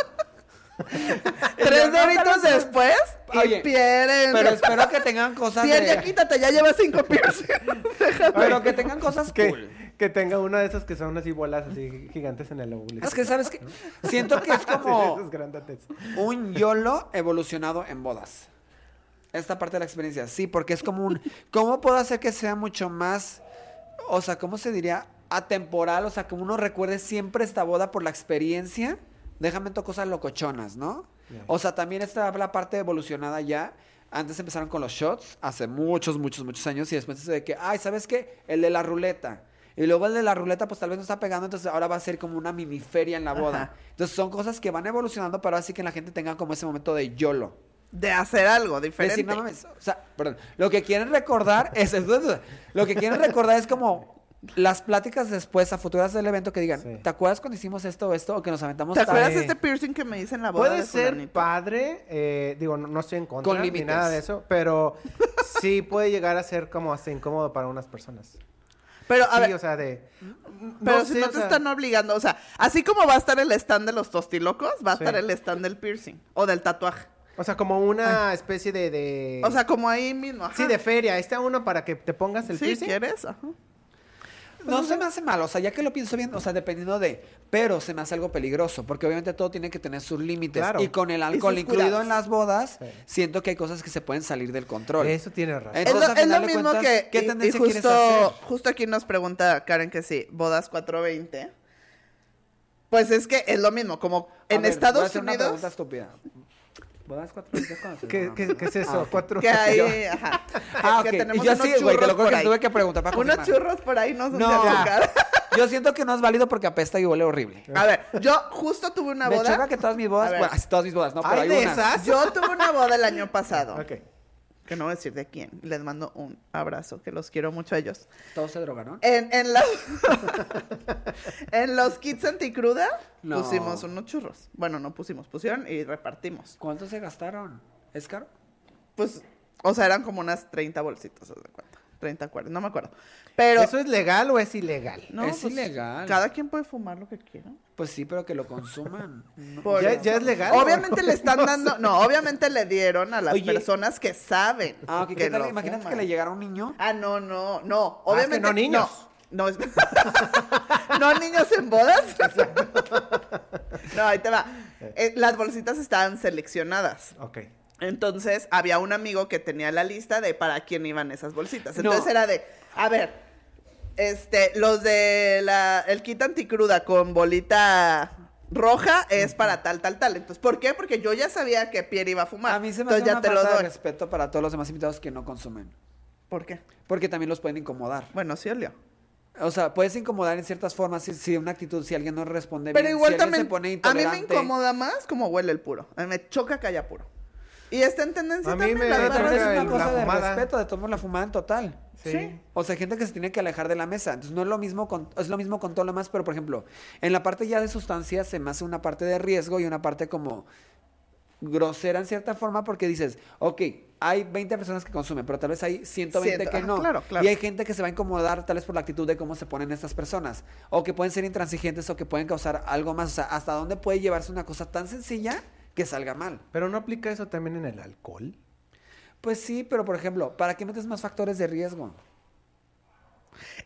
Tres
No,
doritos
pero-
después y
Oye,
pierden.
Pero espero que tengan cosas
Pierre, ya
de...
quítate, ya llevas cinco piercing.
Pero que
[LAUGHS]
tengan cosas
Que,
cool.
que tenga uno de esos que son así bolas así gigantes en el óvulo.
Es que, ¿sabes qué?
[LAUGHS]
Siento que es
Sí,
como
esos grandotes.
un YOLO evolucionado en bodas. Esta parte de la experiencia, sí, porque es como un... [LAUGHS] ¿Cómo puedo hacer que sea mucho más... O sea, ¿cómo se diría? Atemporal, o sea, que uno recuerde siempre esta boda por la experiencia. Déjame tocar cosas locochonas, ¿no?
Ya.
O sea, también está la parte evolucionada ya. Antes empezaron con los shots, hace muchos, muchos, muchos años, y después de que, ay, ¿sabes qué? El de la ruleta. Y luego el de la ruleta, pues tal vez no está pegando, entonces ahora va a ser como una mini feria en la boda.
Ajá.
Entonces son cosas que van evolucionando, pero así que la gente tenga como ese momento de YOLO.
De hacer algo
Decir,
diferente.
no mames, o sea, perdón, lo que quieren recordar [LAUGHS] es, lo que quieren recordar es como las pláticas después a futuras del evento que digan,
Sí.
¿te acuerdas cuando hicimos esto o esto o que nos aventamos
¿Te
tal?"
acuerdas
Sí.
este piercing que me hice en la boda?
Puede
de
ser
fulanito?
padre, eh, digo, no, no estoy en contra
Con
ni
límites.
nada de eso, pero sí puede llegar a ser como hasta incómodo para unas personas.
Pero a
sí,
ver,
o sea, de...
pero si
sé,
no
o
te
sea,
están obligando, o sea, así como va a estar el stand de los tostilocos, va a
Sí.
estar el stand del piercing o del tatuaje.
O sea, como una especie de... de-
O sea, como ahí mismo. Ajá.
sí, de feria. Ahí está uno para que te pongas el
Sí,
piercing.
¿quieres? Ajá.
No se me hace mal, o sea, ya que lo pienso bien, o sea, dependiendo de, pero se me hace algo peligroso, porque obviamente todo tiene que tener sus límites.
Claro.
Y con el alcohol
sus
incluido
cuidados.
en las bodas,
Sí.
siento que hay cosas que se pueden salir del control.
Eso tiene razón.
Eh,
Es lo,
Entonces, al
es lo
final de
mismo
cuentas,
que.
¿qué
y- y,
tendencia quieres
justo,
hacer?
justo aquí nos pregunta Karen que sí, bodas 420. Pues es que es lo mismo, como
A
en
ver, voy a
Estados
hacer una
Unidos.
pregunta estúpida. ¿Bodas cuatro veces cuando se
¿Qué,
llama?
qué- qué es eso?
Ah, ok.
Cuatro.
[LAUGHS] Que hay.
[LAUGHS]
Ajá.
Ah,
que
ok.
tenemos
Y yo
unos
sí, güey, te
churros
lo juro
por
que
ahí.
tuve que preguntar para
Unos
confirmar.
churros por ahí no son de
No.
azúcar.
Yo siento que no es válido porque apesta y huele horrible.
A ver, yo justo tuve una
[LAUGHS] me
boda. [LAUGHS] Ah,
choca que todas mis
A
bodas,
ver.
bueno, así todas mis bodas, no, pero
¿Hay
hay
de
unas.
esas?
Yo tuve una boda el año [LAUGHS] pasado.
[LAUGHS] Ok.
Que no voy a decir de quién. Les mando un abrazo, que los quiero mucho a ellos.
Todos se drogaron.
En, en, la- [LAUGHS] en los kits anticruda
No.
pusimos unos churros. Bueno, no pusimos, pusieron y repartimos.
¿Cuánto se gastaron? ¿Es caro?
Pues, o sea, eran como unas 30 bolsitas, haz de cuenta. 30 cuartos, no me acuerdo. Pero.
¿Eso es legal o es ilegal?
no, pues,
es ilegal.
Cada quien puede fumar lo que quiera.
Pues sí, pero que lo
[LAUGHS]
consuman. No.
Por
¿Ya,
eso.
ya es legal?
Obviamente le están dando, no, obviamente le dieron a las
Oye.
personas que saben.
Ah, ok, ¿qué
que
tal?
lo
Imagínate
fuman.
que le llegara un niño.
Ah, no, no,
Ah,
no.
es
Obviamente.
que no niños.
No, no es- [LAUGHS] ¿No niños en bodas. no, ahí te va. Eh, las bolsitas estaban seleccionadas.
Ok.
Entonces había un amigo que tenía la lista de para quién iban esas bolsitas.
No.
Entonces era de, a ver, este, los de la, el kit anticruda con bolita roja es para tal, tal, tal. Entonces, ¿por qué? Porque yo ya sabía que Pierre iba a fumar.
A mí se me
Entonces
hace
ya
una
te lo
falta de
doy.
respeto para todos los demás invitados que no consumen.
¿Por qué?
Porque también los pueden incomodar.
Bueno, sí olió.
O sea, puedes incomodar en ciertas formas si, si una actitud, si alguien no responde
Pero
bien,
igual
si alguien
también.
se pone
a mí me
intolerante.
incomoda más como huele el puro. A mí me choca que haya puro. Y está en tendencia
A mí
también
me-
la
me
Pero
barra
también es
choca
de-
una
el-
cosa
la
de
fumada.
respeto, de tomar la fumada en total.
Sí.
Sí.
O sea, gente que se tiene que alejar de la mesa. Entonces, no es lo mismo con, es lo mismo con todo lo demás, pero por ejemplo, en la parte ya de sustancias se me hace una parte de riesgo y una parte como grosera en cierta forma porque dices, ok, hay 20 personas que consumen, pero tal vez hay 120
Ciento,
que
ajá,
no.
claro, claro.
Y hay gente que se va a incomodar tal vez por la actitud de cómo se ponen estas personas, o que pueden ser intransigentes o que pueden causar algo más. O sea, ¿hasta dónde puede llevarse una cosa tan sencilla que salga mal?
Pero no aplica eso también en el alcohol.
Pues sí, pero por ejemplo, ¿para qué metes más factores de riesgo?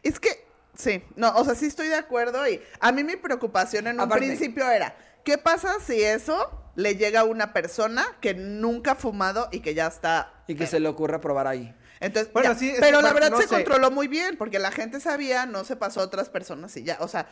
Es que, sí, no, o sea, sí estoy de acuerdo y a mí mi preocupación en un
Aparte.
principio era, ¿qué pasa si eso le llega a una persona que nunca ha fumado y que ya está...
Y que se le ocurra probar ahí.
Entonces,
Bueno,
ya,
sí, es
pero
que
la
par-
verdad
no
se
sé.
controló muy bien porque la gente sabía, no se pasó a otras personas y ya, o sea,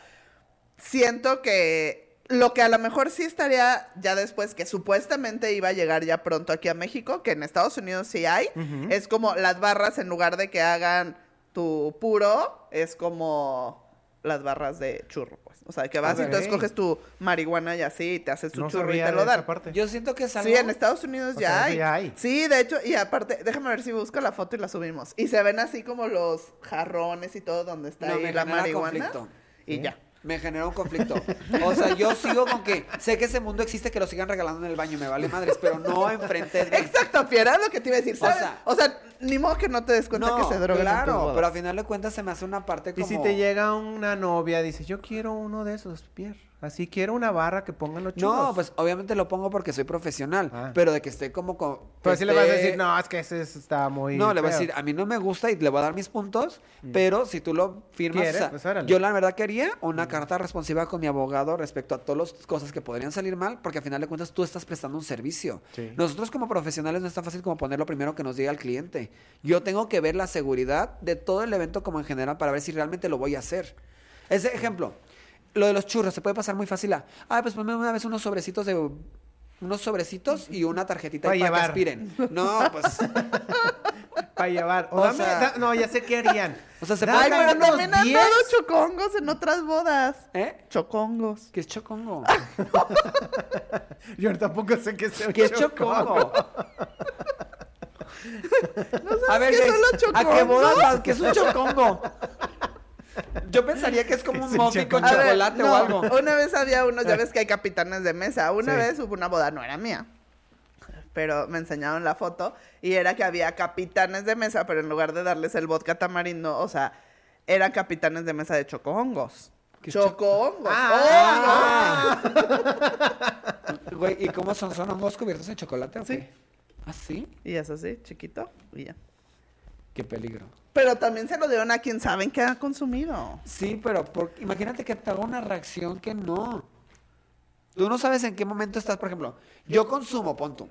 siento que lo que a lo mejor sí estaría ya después que supuestamente iba a llegar ya pronto aquí a México, que en Estados Unidos sí hay,
Ujú.
es como las barras en lugar de que hagan tu puro, es como las barras de churro, pues. O sea, que vas y tú
Ok.
escoges tu marihuana y así, y te haces tu
No
churro y
sabía
te lo
de esa
dan.
parte.
Yo siento que es algo...
Sí, en
este
Estados Unidos
O
ya,
sea, eso
hay.
ya hay.
Sí, de hecho, y aparte, déjame ver si busco la foto y la subimos. Y se ven así como los jarrones y todo donde está
No,
ahí
me
la
genera
marihuana.
conflicto.
Y ya.
Me generó un conflicto. O sea, yo sigo con que sé que ese mundo existe que lo sigan regalando en el baño, me vale madres, pero no enfrente de
Exacto, Fiera, lo que te iba a decir.
O
¿sabes? O sea,
sea-
ni modo que no te des cuenta
no,
que se drogan. en tus
claro,
bodas.
pero al final de cuentas se me hace una parte
Y
como
si te llega una novia, dice, yo quiero uno de esos, Pierre. Así quiero una barra que pongan los churros.
No, pues obviamente lo pongo porque soy profesional,
Ah.
pero de que esté como con
Pero
que
sí le vas a
esté-
decir, no, es que ese es- está muy
este, No, le voy a
feo". Mm.
decir, a mí no me gusta y le voy a dar mis puntos, pero si tú lo firmas,
¿Quieres?
o sea,
Pues órale. Mm.
yo la verdad que haría una carta responsiva con mi abogado respecto a todas las cosas que podrían salir mal, porque al final de cuentas tú estás prestando un servicio.
Sí.
Nosotros como profesionales no es tan fácil como poner lo primero que nos diga el cliente. Yo tengo que ver la seguridad de todo el evento como en general para ver si realmente lo voy a hacer. Ese ejemplo, lo de los churros, se puede pasar muy fácil a, ah, pues ponme una vez unos sobrecitos de... Unos sobrecitos y una tarjetita
Para
ahí para
llevar.
que aspiren. No,
[LAUGHS]
pues...
Para llevar. O,
"Ah, O
dame-
sea-
da- no, ya sé qué harían.
O sea, se
Dame
Ay,
puede-
pero
unos
también han
10.
dado chocongos en otras bodas.
¿Eh?
Chocongos.
¿Qué es chocongo?
Yo tampoco sé qué es
¿Qué es chocongo? a ver,
qué son
Grace,
los
¿a qué
chocongos?
bodas vas? ¿Qué es
[LAUGHS]
un chocongo? Yo pensaría que es como
¿Qué es
un
un
muffin con
chocongo?
A ver,
chocolate
no,
o algo. Ah.
Una vez había unos, ya ves que hay capitanes de mesa. Una
Sí.
vez hubo una boda, no era mía. Pero me enseñaron la foto y era que había capitanes de mesa, pero en lugar de darles el vodka tamarindo, o sea, eran capitanes de mesa de chocohongos.
¿Qué
Chocohongos.
Ah,
Güey, ¿y cómo son? ¿Son hongos cubiertos en chocolate o qué? ¿Ah, sí?
¡Oh! Y eso sí, chiquito. Y ya.
Qué peligro.
Pero también se lo dieron a quien saben que ha consumido.
Sí, pero por- imagínate que te haga una reacción que no. Tú no sabes en qué momento estás, por ejemplo, yo consumo, pon tú.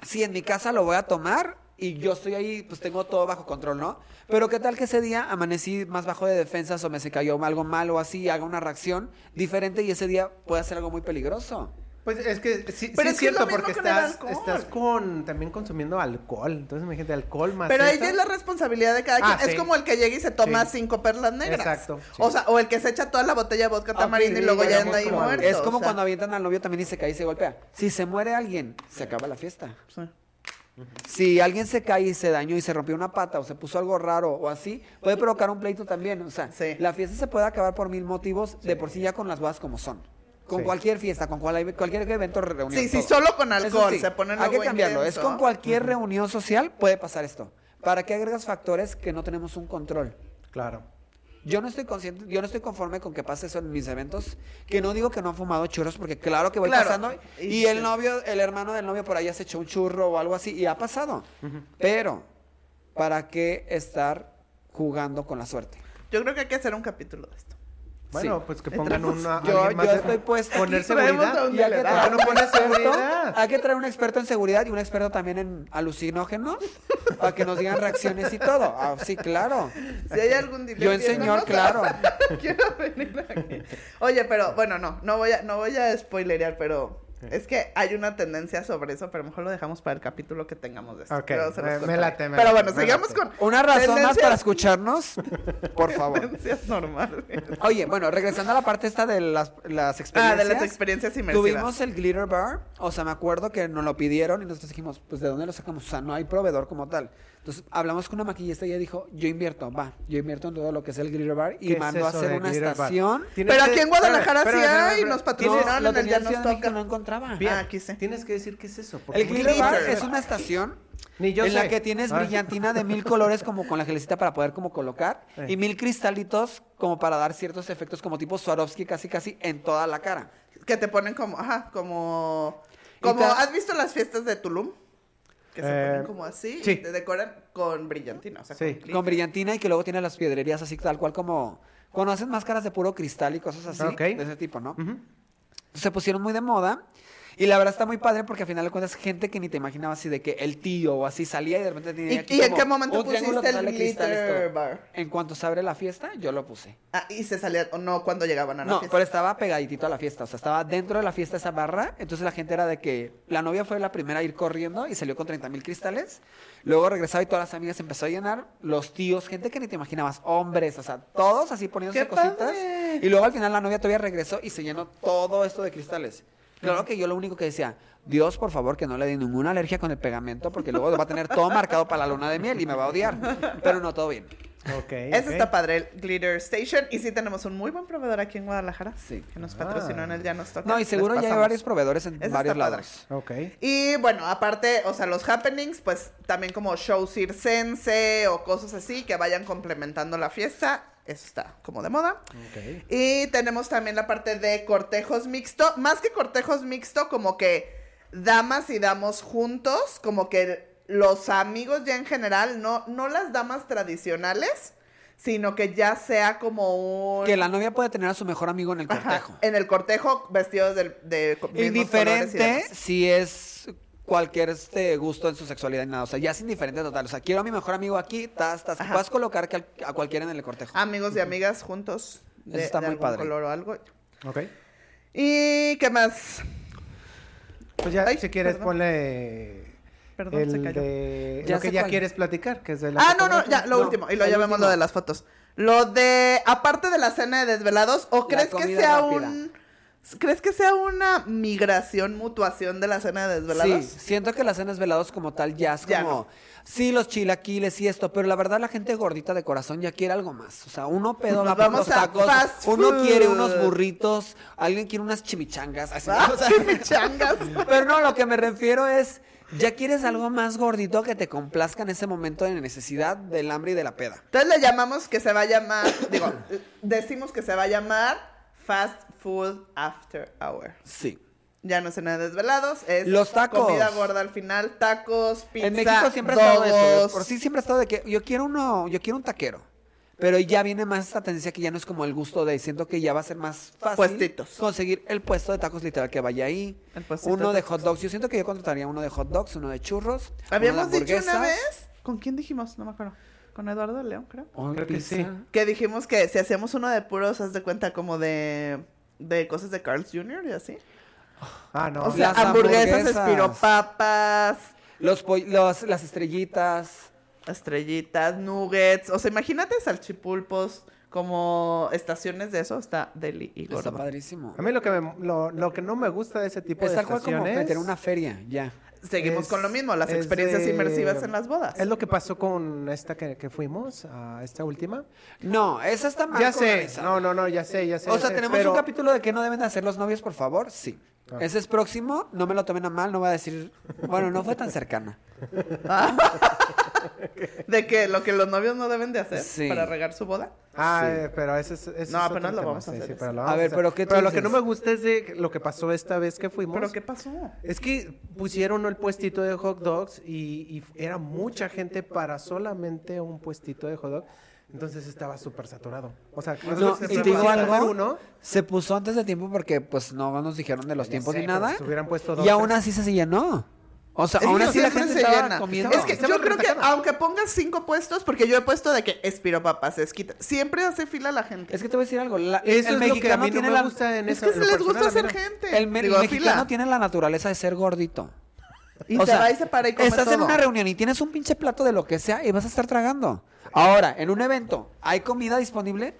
Si en mi casa lo voy a tomar y yo estoy ahí, pues tengo todo bajo control, ¿no? Pero qué tal que ese día amanecí más bajo de defensas o me se cayó algo mal o así, haga una reacción diferente y ese día puede hacer algo muy peligroso.
Pues es que sí, sí
Pero es
es
que es
cierto,
lo mismo
porque
con el
estás,
alcohol.
estás con, también consumiendo alcohol. Entonces, imagínate, alcohol más.
Pero ahí
esto.
ya es la responsabilidad de cada
Ah,
quien. Es
sí.
como el que llega y se toma
Sí.
cinco perlas negras.
Exacto, sí.
O sea, o el que se echa toda la botella de vodka tamarindo y
Ok,
luego ya
digamos
anda ahí
como-
muerto.
Es
o
como
sea,
cuando avientan al novio también y se cae y se golpea. Si se muere alguien, se acaba la fiesta.
sí.
Si alguien se cae y se dañó y se rompió una pata o se puso algo raro o así, puede provocar un pleito también. O sea,
Sí.
la fiesta se puede acabar por mil motivos, de por sí ya con las bodas como son. Con
Sí.
cualquier fiesta, con cual- cualquier evento, reunión.
Sí, sí,
todo.
solo con
Eso
alcohol
sí,
se ponen
Hay que
luego
cambiarlo.
intenso.
Es con cualquier reunión social puede pasar esto. ¿Para qué agregas factores que no tenemos un control?
Claro.
Yo no estoy consciente, yo no estoy conforme con que pase eso en mis eventos, que no digo que no han fumado churros, porque claro que voy
Claro.
pasando y,
Y sí.
el novio, el hermano del novio por ahí se echó un churro o algo así y ha pasado. Pero, ¿para qué estar jugando con la suerte?
Yo creo que hay que hacer un capítulo de esto.
Bueno, pues que pongan
Entramos-
una.
Yo-
alguien más
yo
de-
estoy puesto
Poner
aquí, traemos a
seguridad.
un
Y hay que,
¿Por qué
traer
no
un
pones
experto,
seguridad?
hay que traer un experto en seguridad y un experto también en alucinógenos para que nos digan reacciones y todo. Ah, sí, claro.
Si hay algún dilema.
Yo en señor, claro.
[LAUGHS] Quiero venir aquí. Oye, pero bueno, no, no voy a, no voy a spoilerear, pero es que hay una tendencia sobre eso, pero mejor lo dejamos para el capítulo que tengamos de esto.
Ok,
Pero se
me-
los
me
contaré.
late, me
Pero
late,
bueno,
me
sigamos
late.
con
Una razón más
tendencias-
para escucharnos, por
[LAUGHS]
favor.
tendencias normales.
Oye, bueno, regresando a la parte esta de las, las
Ah,
experiencias.
de las experiencias inmersivas.
Tuvimos el Glitter Bar, o sea, me acuerdo que nos lo pidieron y nosotros dijimos, pues ¿de dónde lo sacamos? O sea, no hay proveedor como tal. Entonces hablamos con una maquillista y ella dijo, yo invierto, va, yo invierto en todo lo que es el Glitter Bar
¿Qué
y
es
mandó a
eso
hacer
de
una
glitter bar?
estación.
Tienes
Pero
que-
aquí en Guadalajara
espérame,
sí
espérame,
hay,
espérame.
nos patrocinaron.
lo
en el
tenía en
Ya
Ciudad
nos
de México,
toca.
no encontraba.
Bien,
Ah, aquí sí.
Tienes que decir qué es eso. porque
El
no-
Glitter Bar
glitter.
es una estación
Ni yo
en
sé.
la que tienes
Ah.
brillantina de mil colores como con la gelecita para poder como colocar
Eh.
y mil cristalitos como para dar ciertos efectos como tipo Swarovski casi casi en toda la cara.
Que te ponen como, ajá, como...
Y
como
te-
¿Has visto las fiestas de Tulum? Que se
Eh,
ponen como así y
sí.
te decoran con brillantina, o sea,
Sí.
con glitter.
Con brillantina y que luego tiene las piedrerías así tal cual como cuando hacen máscaras de puro cristal y cosas así
Ok.
de ese tipo, ¿no?
Ujú.
se pusieron muy de moda. Y la verdad está muy padre porque al final de cuentas gente que ni te imaginabas así de que el tío o así salía y de repente tenía
¿Y,
aquí
y en
como
qué momento
un triángulo
pusiste el
total de cristales,
glitter
todo.
bar?
En cuanto se abre la fiesta, yo lo puse.
Ah, y se salía, o no, cuando llegaban a la
No,
fiesta.
pero estaba pegaditito a la fiesta, o sea, estaba dentro de la fiesta esa barra, entonces la gente era de que la novia fue la primera a ir corriendo y salió con 30 mil cristales, luego regresaba y todas las amigas se empezó a llenar, los tíos, gente que ni te imaginabas, hombres, o sea, todos así poniéndose
¡Qué
cositas,
padre!
y luego al final la novia todavía regresó y se llenó todo esto de cristales. Claro que yo lo único que decía, Dios, por favor, que no le dé ninguna alergia con el pegamento, porque luego va a tener todo marcado para la luna de miel y me va a odiar, pero no, todo bien.
Ok,
Ese
ok.
está padre, el Glitter Station. Y sí tenemos un muy buen proveedor aquí en Guadalajara.
Sí.
Que nos
Ah.
patrocinó en el Ya Nos Toca.
No, y
Les
seguro ya hay
pasamos.
varios proveedores en
Ese está
varios
padre.
lados.
Ok.
Y bueno, aparte, o sea, los happenings, pues también como shows circense o cosas así que vayan complementando la fiesta. Eso está como de moda.
Ok.
Y tenemos también la parte de cortejos mixto. Más que cortejos mixto, como que damas y damos juntos, como que los amigos ya en general, no, no las damas tradicionales, sino que ya sea como un...
Que la novia puede tener a su mejor amigo en el
Ajá,
cortejo.
en el cortejo vestidos del- de, co- mismos colores y
Indiferente
demás.
si es cualquier este gusto en su sexualidad y nada. O sea, ya es indiferente total. O sea, quiero a mi mejor amigo aquí, tas, tas.
Ajá. Ah,
Puedes colocar que al- a cualquiera en el cortejo.
Amigos y amigas juntos.
Eso está muy
algún
padre.
color o algo.
Ok.
¿Y qué más?
Pues ya,
Ay,
si quieres,
perdón.
ponle.
Perdón,
el
se cayó.
de
Ya
lo que
sé
ya
cuál.
quieres platicar, que es de la
Ah, no, no,
fotografía.
ya, lo
No,
último. Y lo
el
ya vemos
último.
lo de las fotos. Lo de, aparte de la cena de desvelados, ¿o crees que
comida
sea
rápida.
un... ¿Crees que sea una migración, mutuación de la cena de desvelados?
Sí, siento que las cenas velados como tal ya es como,
Ya no.
sí, los chilaquiles y esto, pero la verdad la gente gordita de corazón ya quiere algo más. O sea, uno pedo
Nos
va por
vamos
los
a
tacos,
fast
uno
food.
quiere unos burritos, alguien quiere unas chimichangas. Así,
Ah,
o sea, [LAUGHS]
chimichangas.
Pero no, lo que me refiero es, ya quieres algo más gordito que te complazca en ese momento de necesidad del hambre y de la peda.
Entonces le llamamos que se va a llamar, digo, decimos que se va a llamar Fast Food After Hour.
Sí.
Ya no cena de desvelados, es
Los tacos.
comida gorda al final, tacos, pizza,
en México siempre ha estado eso.
dogos.
Por sí siempre ha estado de que yo quiero uno, yo quiero un taquero. Pero ya viene más esta tendencia que ya no es como el gusto de, siento que ya va a ser más fácil
Puestitos.
conseguir el puesto de tacos literal que vaya ahí.
El puestito
Uno
de
de hot dogs, yo siento que yo contrataría uno de hot dogs, uno de churros, uno de
Habíamos dicho una
hamburguesas,
vez, ¿con quién dijimos? No me acuerdo. Con Eduardo León, creo.
una
Oh, Creo que
pizza.
sí.
Que dijimos que si hacíamos uno de puros, haz de cuenta como de, de cosas de Carl's Jr. y así.
Ah, no.
o sea,
Las
hamburguesas,
hamburguesas.
espiropapas,
Los, poll- los- las estrellitas.
estrellitas, nuggets. O sea, imagínate salchipulpos como estaciones de eso. Está deli y
Está
gordo.
padrísimo.
a mí lo que, me- lo, lo que no me gusta de ese tipo
Es
de
tal cual como
estaciones...
meter una feria, ya.
Seguimos
es-
con lo mismo, las
es
experiencias
de-
inmersivas en las bodas.
Es lo que pasó con esta que, que fuimos, a esta última.
No, esa está
Ah,
mal
Ya sé,
organizada.
no, no, no, ya sé, ya sé.
O
ya
sea,
sé,
tenemos
pero- Ah.
un capítulo de que no deben de hacer los novios, por favor. Sí. Ese es próximo, no me lo tomen a mal, no voy a decir. Bueno, no fue tan cercana.
De que lo que los novios no deben de hacer
Sí.
para regar su boda.
Ah,
Sí.
eh, pero ese es. ese
No,
es
apenas
otro
lo
tema,
vamos a
sí,
hacer
sí,
ese.
pero lo vamos
A ver,
hacer.
pero ¿qué tú
Pero lo que no
dices?
me gusta es de lo que pasó esta vez que fuimos.
¿Pero qué pasó?
Es que pusieron el puestito de hot dogs y, y era mucha gente para solamente un puestito de hot dog. Entonces estaba súper saturado. O sea,
No,
nosotros que
y te digo
fuimos a comer
algo.
uno,
Se puso antes de tiempo porque, pues, no nos dijeron de los
Ya
tiempos
sé,
ni
pero
nada.
si pues, hubieran puesto dos,
Y aún
tres.
así se llenó. O sea,
Es que
aún
no,
así la
siempre
gente
se
estaba
llena.
comiendo.
Es que
Estaba
yo creo que
retacada.
aunque pongas cinco puestos, porque yo he puesto de que espiro papas, se quita. Siempre hace fila la gente.
Es que te voy a decir algo. la-
Eso
el
es lo que a
mexicano
mí no
tiene
me
la-
gusta en
Es
eso.
que
en
se
lo
les
personal,
gusta
a mí
hacer
no.
gente.
El, me- el
Digo,
mexicano
fila.
tiene la naturaleza de ser gordito.
Y
O
se
sea,
va y se para y come
Estás en
todo.
una reunión y tienes un pinche plato de lo que sea y vas a estar tragando. Ahora, en un evento, ¿hay comida disponible?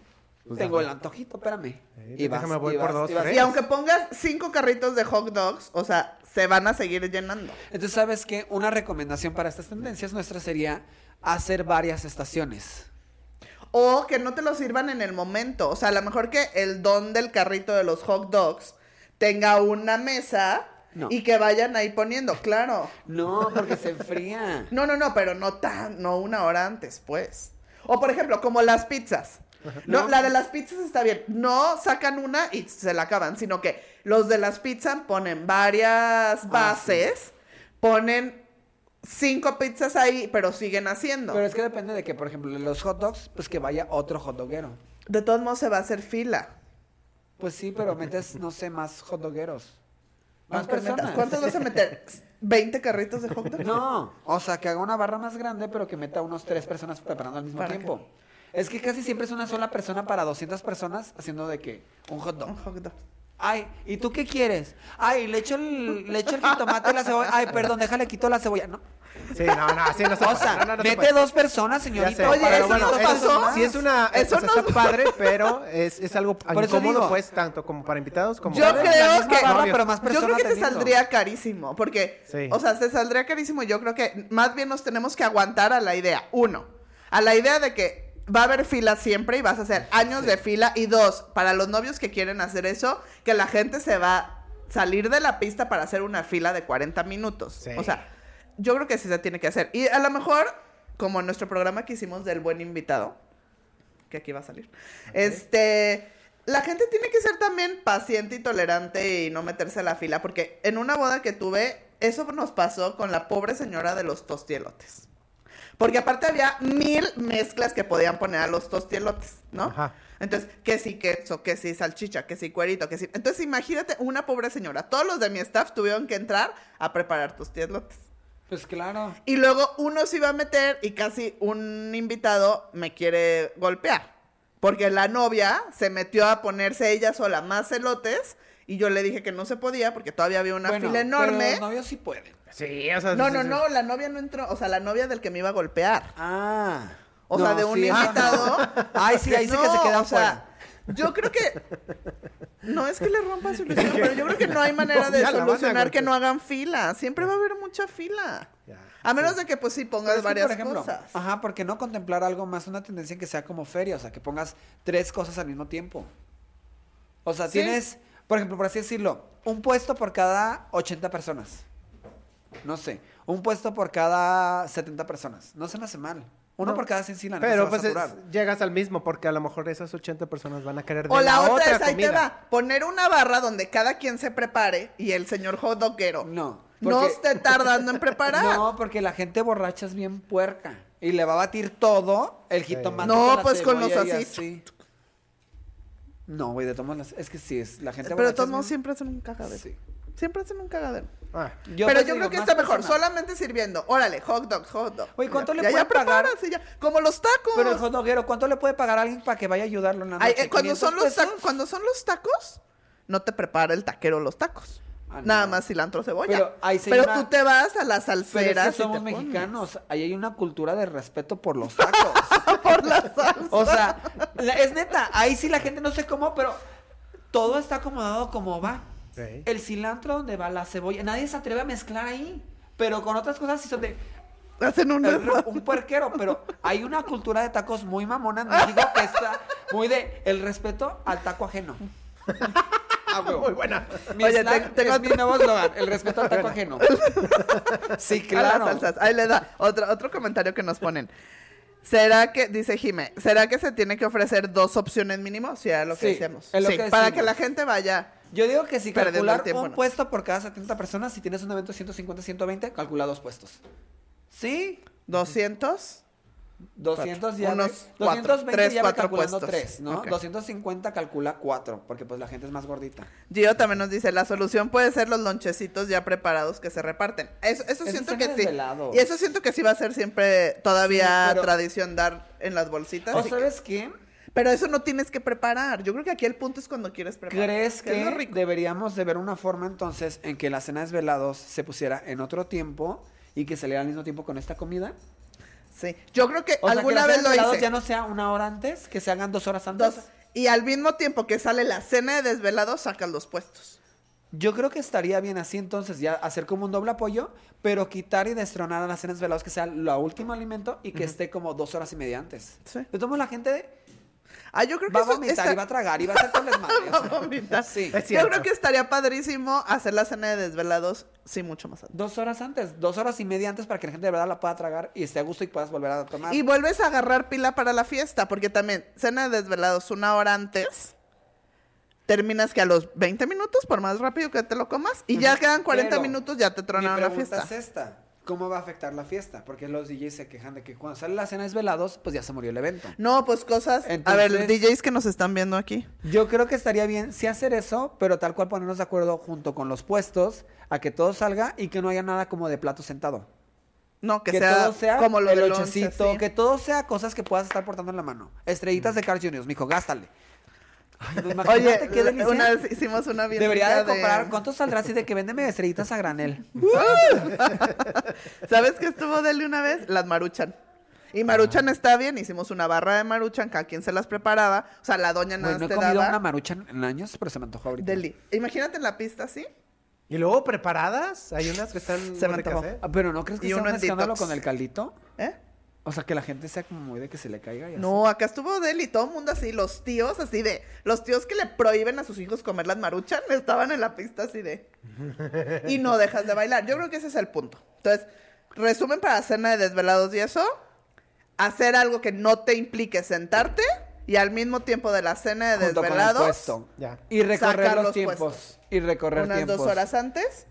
Tengo el antojito, espérame.
Pues Eh,
Y vas,
déjame,
y
voy por
vas,
dos,
y vas.
tres.
Y aunque pongas cinco carritos de hot dogs, o sea, se van a seguir llenando.
Entonces, ¿sabes qué? Una recomendación para estas tendencias nuestra sería hacer varias estaciones.
O que no te lo sirvan en el momento. O sea, a lo mejor que el don del carrito de los hot dogs tenga una mesa
No.
y que vayan ahí poniendo, claro.
No, porque se
[LAUGHS]
enfría.
No, no, no, pero no tan, no una hora antes, pues. O por ejemplo, como las pizzas. No,
No.
la de las pizzas está bien. No sacan una y se la acaban, sino que los de las pizzas ponen
Ah,
varias bases, ponen cinco pizzas ahí, pero siguen haciendo.
Pero es que depende de que, por ejemplo, los hot dogs, pues que vaya otro hot doguero.
De todos modos se va a hacer fila.
Pues sí, pero metes, no sé, más hot dogueros. Más
Aunque metas-
personas.
¿Cuántos vas a
[LAUGHS]
meter? ¿20 carritos de hot dogs?
No, [LAUGHS] o sea, que haga una barra más grande, pero que meta unos tres personas preparando al mismo
¿Para
tiempo. Es que casi siempre es una sola persona para 200 personas haciendo de que un hot dog.
Un hot dog.
Ay, ¿y tú qué quieres? Ay, le echo el, le echo el jitomate y la cebolla. Ay, perdón, déjale quito la cebolla. No.
Sí, no, no, así no se
O
puede.
sea,
No, no, no se
mete
puede.
dos personas,
Ya sé,
señorito.
Oye,
para
eso
bueno,
nos
eso es
pasó.
más.
Sí, es una.
Eso
Eso
nos-
está padre, pero es, es algo
Por eso
incómodo,
digo.
pues, tanto como para invitados como
Yo
para
Dale la
creo
misma
que.
barra, pero más
yo creo
personas
que te
atendiendo.
saldría carísimo, porque,
Sí.
o sea, te saldría carísimo. y Yo creo que más bien nos tenemos que aguantar a la idea, uno, a la idea de que va a haber fila siempre y vas a hacer años de fila, y dos, para los novios que quieren hacer eso, que la gente se va a salir de la pista para hacer una fila de 40 minutos.
Sí.
O sea, yo creo que sí se tiene que hacer. Y a lo mejor, como en nuestro programa que hicimos del buen invitado, que aquí va a salir. Este, la gente tiene que ser también paciente y tolerante y no meterse a la fila, porque en una boda que tuve, eso nos pasó con la pobre señora de los tostielotes. Porque aparte había mil mezclas que podían poner a los tostielotes, ¿no?
Ajá.
Entonces, que sí queso, que sí salchicha, que sí cuerito, que sí. Entonces, imagínate una pobre señora. Todos los de mi staff tuvieron que entrar a preparar tostielotes.
Pues claro.
Y luego uno se iba a meter y casi un invitado me quiere golpear. Porque la novia se metió a ponerse ella sola más celotes y yo le dije que no se podía porque todavía había una
Bueno,
fila
Pero
enorme.
los novios sí pueden.
Sí, o sea.
No,
sí,
no,
sí.
no, la novia no entró, o sea, la novia del que me iba a golpear.
Ah.
O sea, de un
sí, eso no.
invitado.
[LAUGHS] Ay, sí, ahí sí que se
No,
queda
o sea,
afuera.
Yo creo que no es que le rompa su ilusión, pero yo creo que
[LAUGHS]
no hay manera de
Ya la van a
solucionar que
golpear.
no hagan fila. Siempre va a haber mucha fila.
Ya,
A menos de que pues sí
Pero
pongas
es que,
varias
por ejemplo,
cosas.
Ajá, porque no contemplar algo más, una tendencia que sea como feria, o sea, que pongas tres cosas al mismo tiempo. O sea,
Sí.
tienes, por ejemplo, por así decirlo, un puesto por cada 80 personas. No sé, un puesto por cada 70 personas. No se me hace mal. Uno
No.
por cada 100 sí, la neta, se
Pero
va
pues
a
es-
saturar.
llegas al mismo, porque a lo mejor esas 80 personas van a querer de
O la, otra, es,
otra
ahí te
comida.
va, poner una barra donde cada quien se prepare y el señor hot doguero
No,
no
porque-
esté tardando en preparar.
[LAUGHS] No, porque la gente borracha es bien puerca. Y le va a batir todo el jitomate.
No,
la
pues, con los
cebolla y
así.
No, güey, de todas las... Es que sí, es la gente
Pero de
borracha
todos
es
modos
bien-
siempre hacen un cagadero.
Sí.
Siempre hacen un cagadero.
Ah,
Pero
pues
yo
digo,
creo que
más
está mejor,
personal.
solamente sirviendo. Órale, hot dog, hot dog.
Oye, ¿cuánto
Ya,
le
ya, ya
pueden pagar?
preparas y ya. Como los tacos.
Pero el jodoguero, ¿cuánto le puede pagar a alguien para que vaya a ayudarlo en la
Ay,
noche?
eh, cuando, son los
¿500
ta-
pesos?
cuando son los tacos, no te prepara el taquero los tacos.
Ah, no.
Nada más cilantro, cebolla.
Pero,
Pero,
ay, señora-
tú te vas a las
Pero es
salseras.
que
y
somos
te pones.
mexicanos. Ahí hay una cultura de respeto
[LAUGHS]
por los tacos.
Por la salsa.
o sea, la- es neta. Ahí sí la gente no sé cómo, pero todo está acomodado como va.
Sí.
El cilantro donde va la cebolla. Nadie se atreve a mezclar ahí. Pero con otras cosas sí son de
Hacen un
el ro- un puerquero. Pero hay una cultura de tacos muy mamona en México que está muy de el respeto al taco ajeno. [LAUGHS] Ah, huevo.
muy buena.
Mi
Oye,
slang
te- tengo
es
otro-
mi nuevo eslogan, el respeto al taco ajeno. [LAUGHS] Sí,
a
claro.
las salsas. Ahí le da otro, otro comentario que nos ponen. ¿Será que, dice Jime, ¿será que se tiene que ofrecer dos opciones mínimo? O sea, lo que
Sí,
decíamos.
es lo
Sí,
que
para
decimos.
que la gente vaya.
Yo digo que si
Perdiendo el
calcular
tiempo,
un
¿no?
puesto por cada 70 personas, si tienes un evento de 150, 120, calcula dos puestos. ¿Sí?
200.
200 ya.
Unos
ve-
cuatro,
220
tres,
ya ve
cuatro
calculando
puestos.
tres, ¿no?
Ok.
250 calcula 4, porque pues la gente es más gordita.
Gio también nos dice, la solución puede ser los lonchecitos ya preparados que se reparten. Eso, eso
Eso
siento
suena
que sí.
desvelado.
Y eso siento que sí va a ser siempre todavía
Sí, pero-
tradición dar en las bolsitas.
¿O
así que-
sabes qué?
Pero eso no tienes que preparar. Yo creo que aquí el punto es cuando quieres preparar.
¿Crees
Que es lo
que
rico.
deberíamos de ver una forma entonces en que la cena de desvelados se pusiera en otro tiempo y que se le al mismo tiempo con esta comida?
Sí. Yo creo que
O sea, que
alguna
la
vez
cena
lo
de desvelados
hice.
ya no sea una hora antes, que se hagan dos horas antes.
Dos. Y al mismo tiempo que sale la cena de desvelados, sacas los puestos.
Yo creo que estaría bien así entonces, ya hacer como un doble apoyo, pero quitar y destronar a las cenas velados que sea la último alimento y que esté como dos horas y media antes.
Sí.
De todos modos, la gente
Ah, yo creo que
va a
eso
vomitar
está-
y va a tragar y va a hacer
[LAUGHS]
con desmadre.
Va
o
a
sea.
vomitar.
Sí.
Es
Yo
cierto.
creo que estaría padrísimo hacer la cena de desvelados, sí, mucho más antes.
Dos horas antes, dos horas y media antes para que la gente de verdad la pueda tragar y esté a gusto y puedas volver a tomar.
Y vuelves a agarrar pila para la fiesta, porque también cena de desvelados una hora antes, terminas que a los 20 minutos, por más rápido que te lo comas, y ya quedan 40
Pero,
minutos, ya te
Mi
tronaron la
pregunta
fiesta.
es esta. ¿Cómo va a afectar la fiesta? Porque los DJs se quejan de que cuando sale la cena de desvelados, pues ya se murió el evento.
No, pues cosas... a
Entonces-
ver, DJs que nos están viendo aquí.
Yo creo que estaría bien sí hacer eso, pero tal cual ponernos de acuerdo junto con los puestos a que todo salga y que no haya nada como de plato sentado.
No, que, sea, como lo
el
del lonche,
ochecito,
sí. Mm.
que todo sea cosas que puedas estar portando en la mano. Estrellitas de Carl Jr., mijo, gástale. Ay,
[LAUGHS] Oye,
no, imagínate qué
la-
delicia.
una vez hicimos una bien
Debería de
rica
comprar, ¿cuánto saldrá así de que véndeme estrellitas a granel?
[LAUGHS] ¿Sabes qué estuvo Deli una vez? Las maruchan. Y
Ah.
maruchan está bien, hicimos una barra de maruchan, cada quien se las preparaba. O sea, la doña [LAUGHS] nada
Güey,
más
no he
te
comido
daba.
una marucha en, en años, pero se me antojó ahorita.
Deli. Imagínate en la pista, ¿sí?
Y luego preparadas, hay unas que están
Se
muy
me
ricas,
antojó.
¿eh?
Ah, Pero ¿no crees que
Y
sea un
uno en
escándalo
detox.
con el caldito?
¿Eh?
O sea, que la gente sea como muy de que se le caiga y así.
No, acá estuvo Deli, todo el mundo así, los tíos así de, los tíos que le prohíben a sus hijos comer las maruchan, [LAUGHS] estaban en la pista así de. Y no dejas de bailar. Yo creo que ese es el punto. Entonces, resumen para cena de desvelados y eso, hacer algo que no te implique sentarte y al mismo tiempo de la cena de
Junto con el
desvelados,
puesto.
Ya.
Y recorrer
Sacar
los,
los
tiempos.
puestos.
Y recorrer
unas
tiempos.
dos horas antes,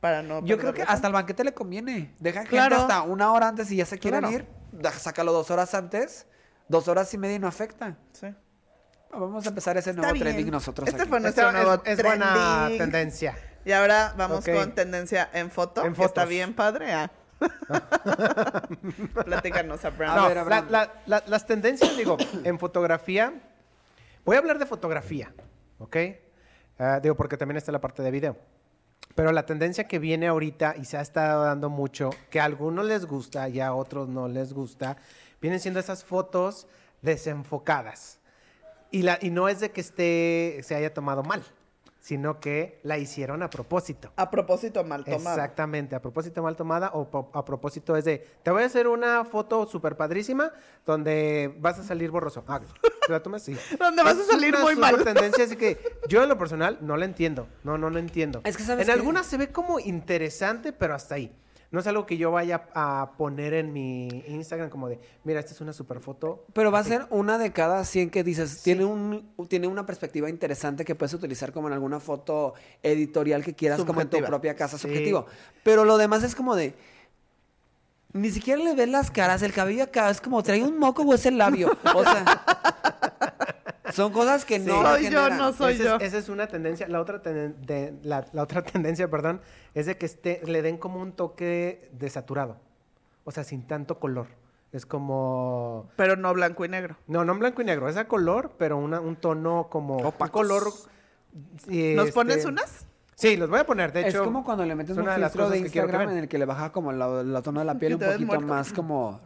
para no.
Yo
perder
creo que
la
hasta el banquete le conviene. Deja
Claro.
gente hasta una hora antes y ya se quieren
Claro.
ir. da- Sácalo dos horas antes. Dos horas y media y no afecta.
Sí.
Vamos a empezar ese
Está
nuevo
bien.
trending nosotros
Este
aquí.
fue nuestro
Esta
nuevo
es, es buena
trending.
tendencia.
Y ahora vamos
Ok.
con tendencia en foto,
En
que está
fotos.
bien padre. ah. [LAUGHS] Platícanos, Abraham.
No,
ver,
la-
Abraham.
la- la- las tendencias, digo, [CLEARS THROAT] en fotografía. Voy a hablar de fotografía, ¿ok? Ah, digo, porque también está la parte de video. Pero la tendencia que viene ahorita y se ha estado dando mucho, que a algunos les gusta y a otros no les gusta, vienen siendo esas fotos desenfocadas. Y, la, y no es de que esté, se haya tomado mal, sino que la hicieron a propósito.
A propósito, mal tomado.
Exactamente, a propósito mal tomada o po- a propósito es de, te voy a hacer una foto súper padrísima donde vas a salir borroso. Ah, ¿te la tomas? Sí.
Donde vas a
Es
salir
una
muy mal.
súper tendencia, así que yo en lo personal no la entiendo. No, no lo entiendo.
Es que, ¿sabes
En
qué?
algunas se ve como interesante, pero hasta ahí. No es algo que yo vaya a poner en mi Instagram como de, mira, esta es una super foto.
Pero va a ser una de cada 100 que dices, tiene, un, tiene una perspectiva interesante que puedes utilizar como en alguna foto editorial que quieras, como en
Subjetiva.
tu propia casa,
Sí.
subjetivo. Pero lo demás es como de, ni siquiera le ves las caras, el cabello acá, es como trae un moco o es el labio. O sea, son cosas que no...
Soy yo,
generan.
no soy
esa,
yo.
Es, esa es una tendencia. La otra, tenden- de- la, la otra [LAUGHS] tendencia, perdón, es de que esté, le den como un toque desaturado. O sea, sin tanto color. Es como...
Pero no blanco y negro.
No, no en blanco y negro, es a color, pero una- un tono como... Un
Opacos.
color... eh,
¿Nos
este-
pones unas?
Sí, los voy a poner, de hecho.
es como cuando le metes
es
un
una de las
filtro de,
cosas que quiero que
Instagram en
vean.
el que le baja como la, la tono
[LAUGHS]
de la piel
Que
un
te ves
poquito
muerto.
más como...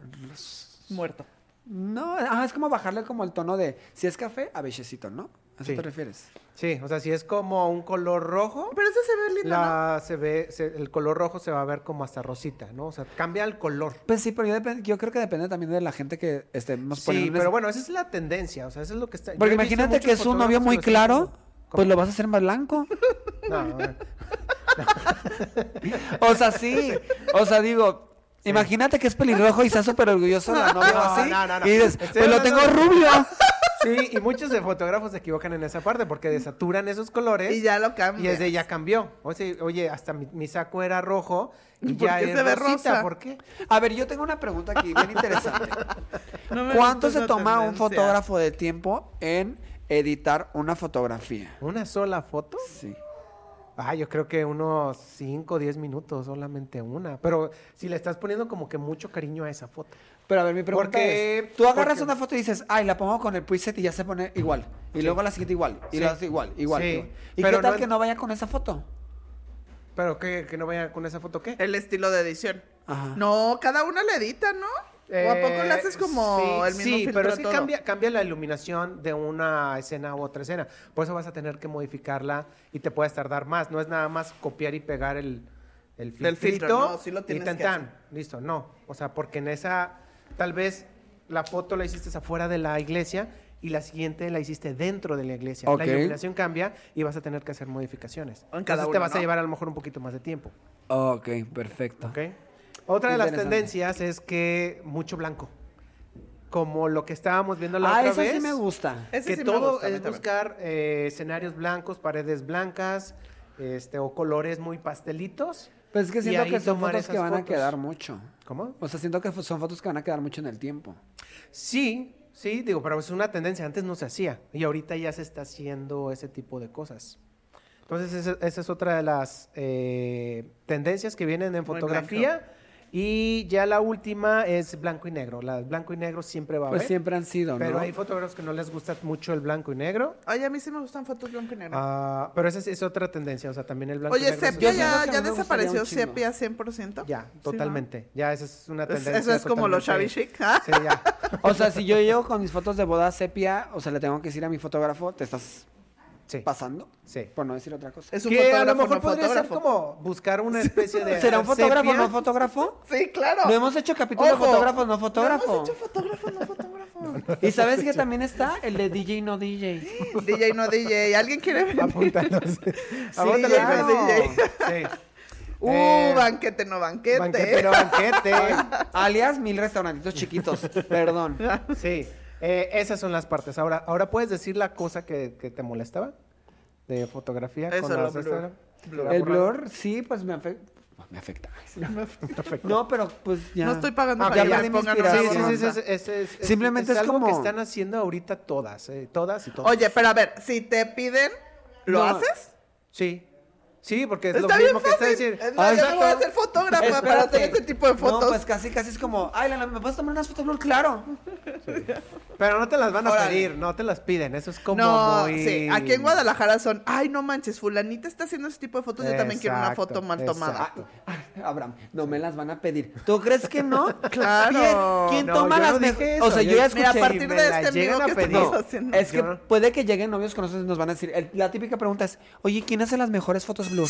Muerto.
No, ajá, es como bajarle como el tono de... Si es café, a bellecito, ¿no? ¿A eso
Sí.
te refieres?
Sí, o sea, si es como un color rojo,
Pero ese se ve lindo, ¿no?
la, se ve, se- el color rojo se va a ver como hasta rosita, ¿no? O sea, cambia el color.
Pues sí, pero yo, depen- yo creo que depende también de la gente que estemos
Sí,
poniendo en
pero
ese-
bueno, esa es la tendencia, o sea, eso es lo que está...
Porque
yo he visto
imagínate
muchos
que es un novio
fotógrafos
muy
que lo están
claro,
haciendo.
pues lo vas a hacer más blanco.
[LAUGHS] No, a ver.
O sea, sí. O sea, digo, imagínate que es pelirrojo y está súper orgulloso de la novia o
No,
así.
no, no, no.
Y dices,
Estoy
pues lo tengo
hablando de- [LAUGHS]
rubio.
Sí, y muchos de fotógrafos se equivocan en esa parte porque desaturan esos colores.
Y ya
Y
lo
es de
cambias.
ya cambió. O sea, oye, hasta mi, mi saco era rojo y
¿Por
ya
qué
es
se ve
rosita,
rosa?
¿Por qué?
A ver, yo tengo una pregunta aquí
[LAUGHS]
bien interesante.
No me
¿Cuánto
gusta
se
esa
toma un
tendencia.
fotógrafo de tiempo en editar una fotografía?
¿Una sola foto?
Sí.
Ah, yo creo que unos 5 o 10 minutos, solamente una. Pero si le estás poniendo como que mucho cariño a esa foto.
Pero a ver, mi pregunta
Porque-
es, tú agarras
porque-
una foto y dices, ay, la pongo con el preset y ya se pone igual. Y
Sí.
luego la siguiente igual, y
Sí.
la otra igual, igual.
Sí.
igual. ¿Y
Pero
qué tal
no-
que no vaya con esa foto?
Pero que, que no vaya con esa foto, ¿qué?
El estilo de edición.
Ajá.
No, cada una le edita, ¿no? ¿O a poco
Eh,
le haces como
sí,
el mismo
Sí,
filtro
pero es
a
que
todo?
cambia, cambia la iluminación de una escena u otra escena. Por eso vas a tener que modificarla y te puedes tardar más. No es nada más copiar y pegar el, el filtrito.
Del filtro, no, sí lo
y
tienes
tan,
que
tan. Listo, no. O sea, porque en esa, tal vez la foto la hiciste afuera de la iglesia y la siguiente la hiciste dentro de la iglesia.
Ok.
La iluminación cambia y vas a tener que hacer modificaciones.
En
Entonces
cada
te
uno,
vas a
¿no?
llevar a lo mejor un poquito más de tiempo.
Ok, perfecto.
¿ok? Otra de las
Interesante.
tendencias es que mucho blanco. Como lo que estábamos viendo la
Ah,
otra
eso
vez.
sí me gusta.
Ese
que
sí me
todo
gusta, a mí
es
también.
buscar eh, escenarios blancos, paredes blancas, este, o colores muy pastelitos.
Pues es que
y
siento
ahí
que son
tomar
fotos que
esas
van a
fotos.
quedar mucho.
¿Cómo?
O sea, siento que fo- son fotos que van a quedar mucho en el tiempo.
Sí, sí, digo, pero es una tendencia. Antes no se hacía y ahorita ya se está haciendo ese tipo de cosas. Entonces, esa, esa es otra de las eh, tendencias que vienen en
Muy
fotografía. Y ya la última es blanco y negro. La blanco y negro siempre va a
Pues
haber.
siempre han sido,
Pero
¿no?
hay fotógrafos que no les gusta mucho el blanco y negro.
Oye, a mí sí me gustan fotos blanco y negro.
Ah, pero esa es, es otra tendencia, o sea, también el blanco y
Oye,
negro. es
sepia
otra-
siento
ya,
que a
ya
mí me gustaría
desapareció
un chingo.
sepia 100%.
Ya,
Sí, ¿no?
totalmente. Ya, esa es una
Es-
tendencia.
eso es como lo shabby
totalmente-
chic. ¿ah?
Sí, ya.
O sea, si yo llego con mis fotos de boda sepia, o sea, le tengo que decir a mi fotógrafo, te estás
Sí,
pasando,
sí.
por no decir otra cosa.
Es un
Que a
fotógrafo,
lo
no
mejor podría ser
fotógrafo.
como buscar una especie [LAUGHS] de.
¿Será un fotógrafo,
sepia.
no fotógrafo?
Sí, claro.
No hemos hecho capítulo de
Ojo,
fotógrafos, no fotógrafo.
No hemos hecho fotógrafo, no
[LAUGHS]
fotógrafo.
Y sabes que también está el de DJ no DJ.
DJ no DJ. ¿Alguien quiere [LAUGHS] venir?
Apúntalos. [LAUGHS] Apúntalos,
claro.
güey. Sí.
Uh,
Eh,
banquete, no banquete.
Banquetero, banquete.
Alias mil restaurantitos chiquitos.
[LAUGHS]
Perdón.
Sí. Eh, esas son las partes. Ahora, ahora puedes decir la cosa que, que te molestaba de fotografía
Eso,
con
lo
las
blur.
Instagram.
Blur.
El blur, sí, pues me afecta. Me afecta.
[LAUGHS] Perfecto.
No, pero pues ya.
No estoy pagando
Ah, ya
para que me
perdí mi
pongan una
Sí,
inspiración.
sí, sí,
bronca.
sí, es, es- es- es-
Simplemente es
algo
como-
que están haciendo ahorita todas, eh, todas y todas.
Oye, pero a ver, si te piden, ¿lo
No.
haces?
sí, sí, porque es lo
Está bien
mismo que está
fácil.
decir.
Es
Ah,
más, yo no voy a
exacto.
ser fotógrafa
[LAUGHS]
para
Espérate.
hacer ese tipo de fotos.
No, pues casi, casi es como, ay, Lana, ¿me puedes tomar unas fotos blur? Claro.
Pero no te las van a
Órale.
pedir, no te las piden, eso es como
no,
muy...
sí, aquí en Guadalajara son, ay, no manches, fulanita está haciendo ese tipo de fotos, yo también quiero una
Exacto,
foto mal tomada.
exacto.
Ay, Ah, Abraham, no me las van a pedir. ¿Tú crees que no?
[LAUGHS] Claro.
Bien, ¿Quién
No,
toma
yo no
las
dije
mejores?
eso,
O sea, yo
yo- Mira,
ya escuché.
Mira, a
y
partir
me
de
la
este amigo
llegan a
que
pedir.
estamos
[LAUGHS]
No,
haciendo.
Es que
Yo no-
puede que lleguen novios con nosotros y nos van a decir, el- la típica pregunta es, oye, ¿quién hace las mejores fotos blur?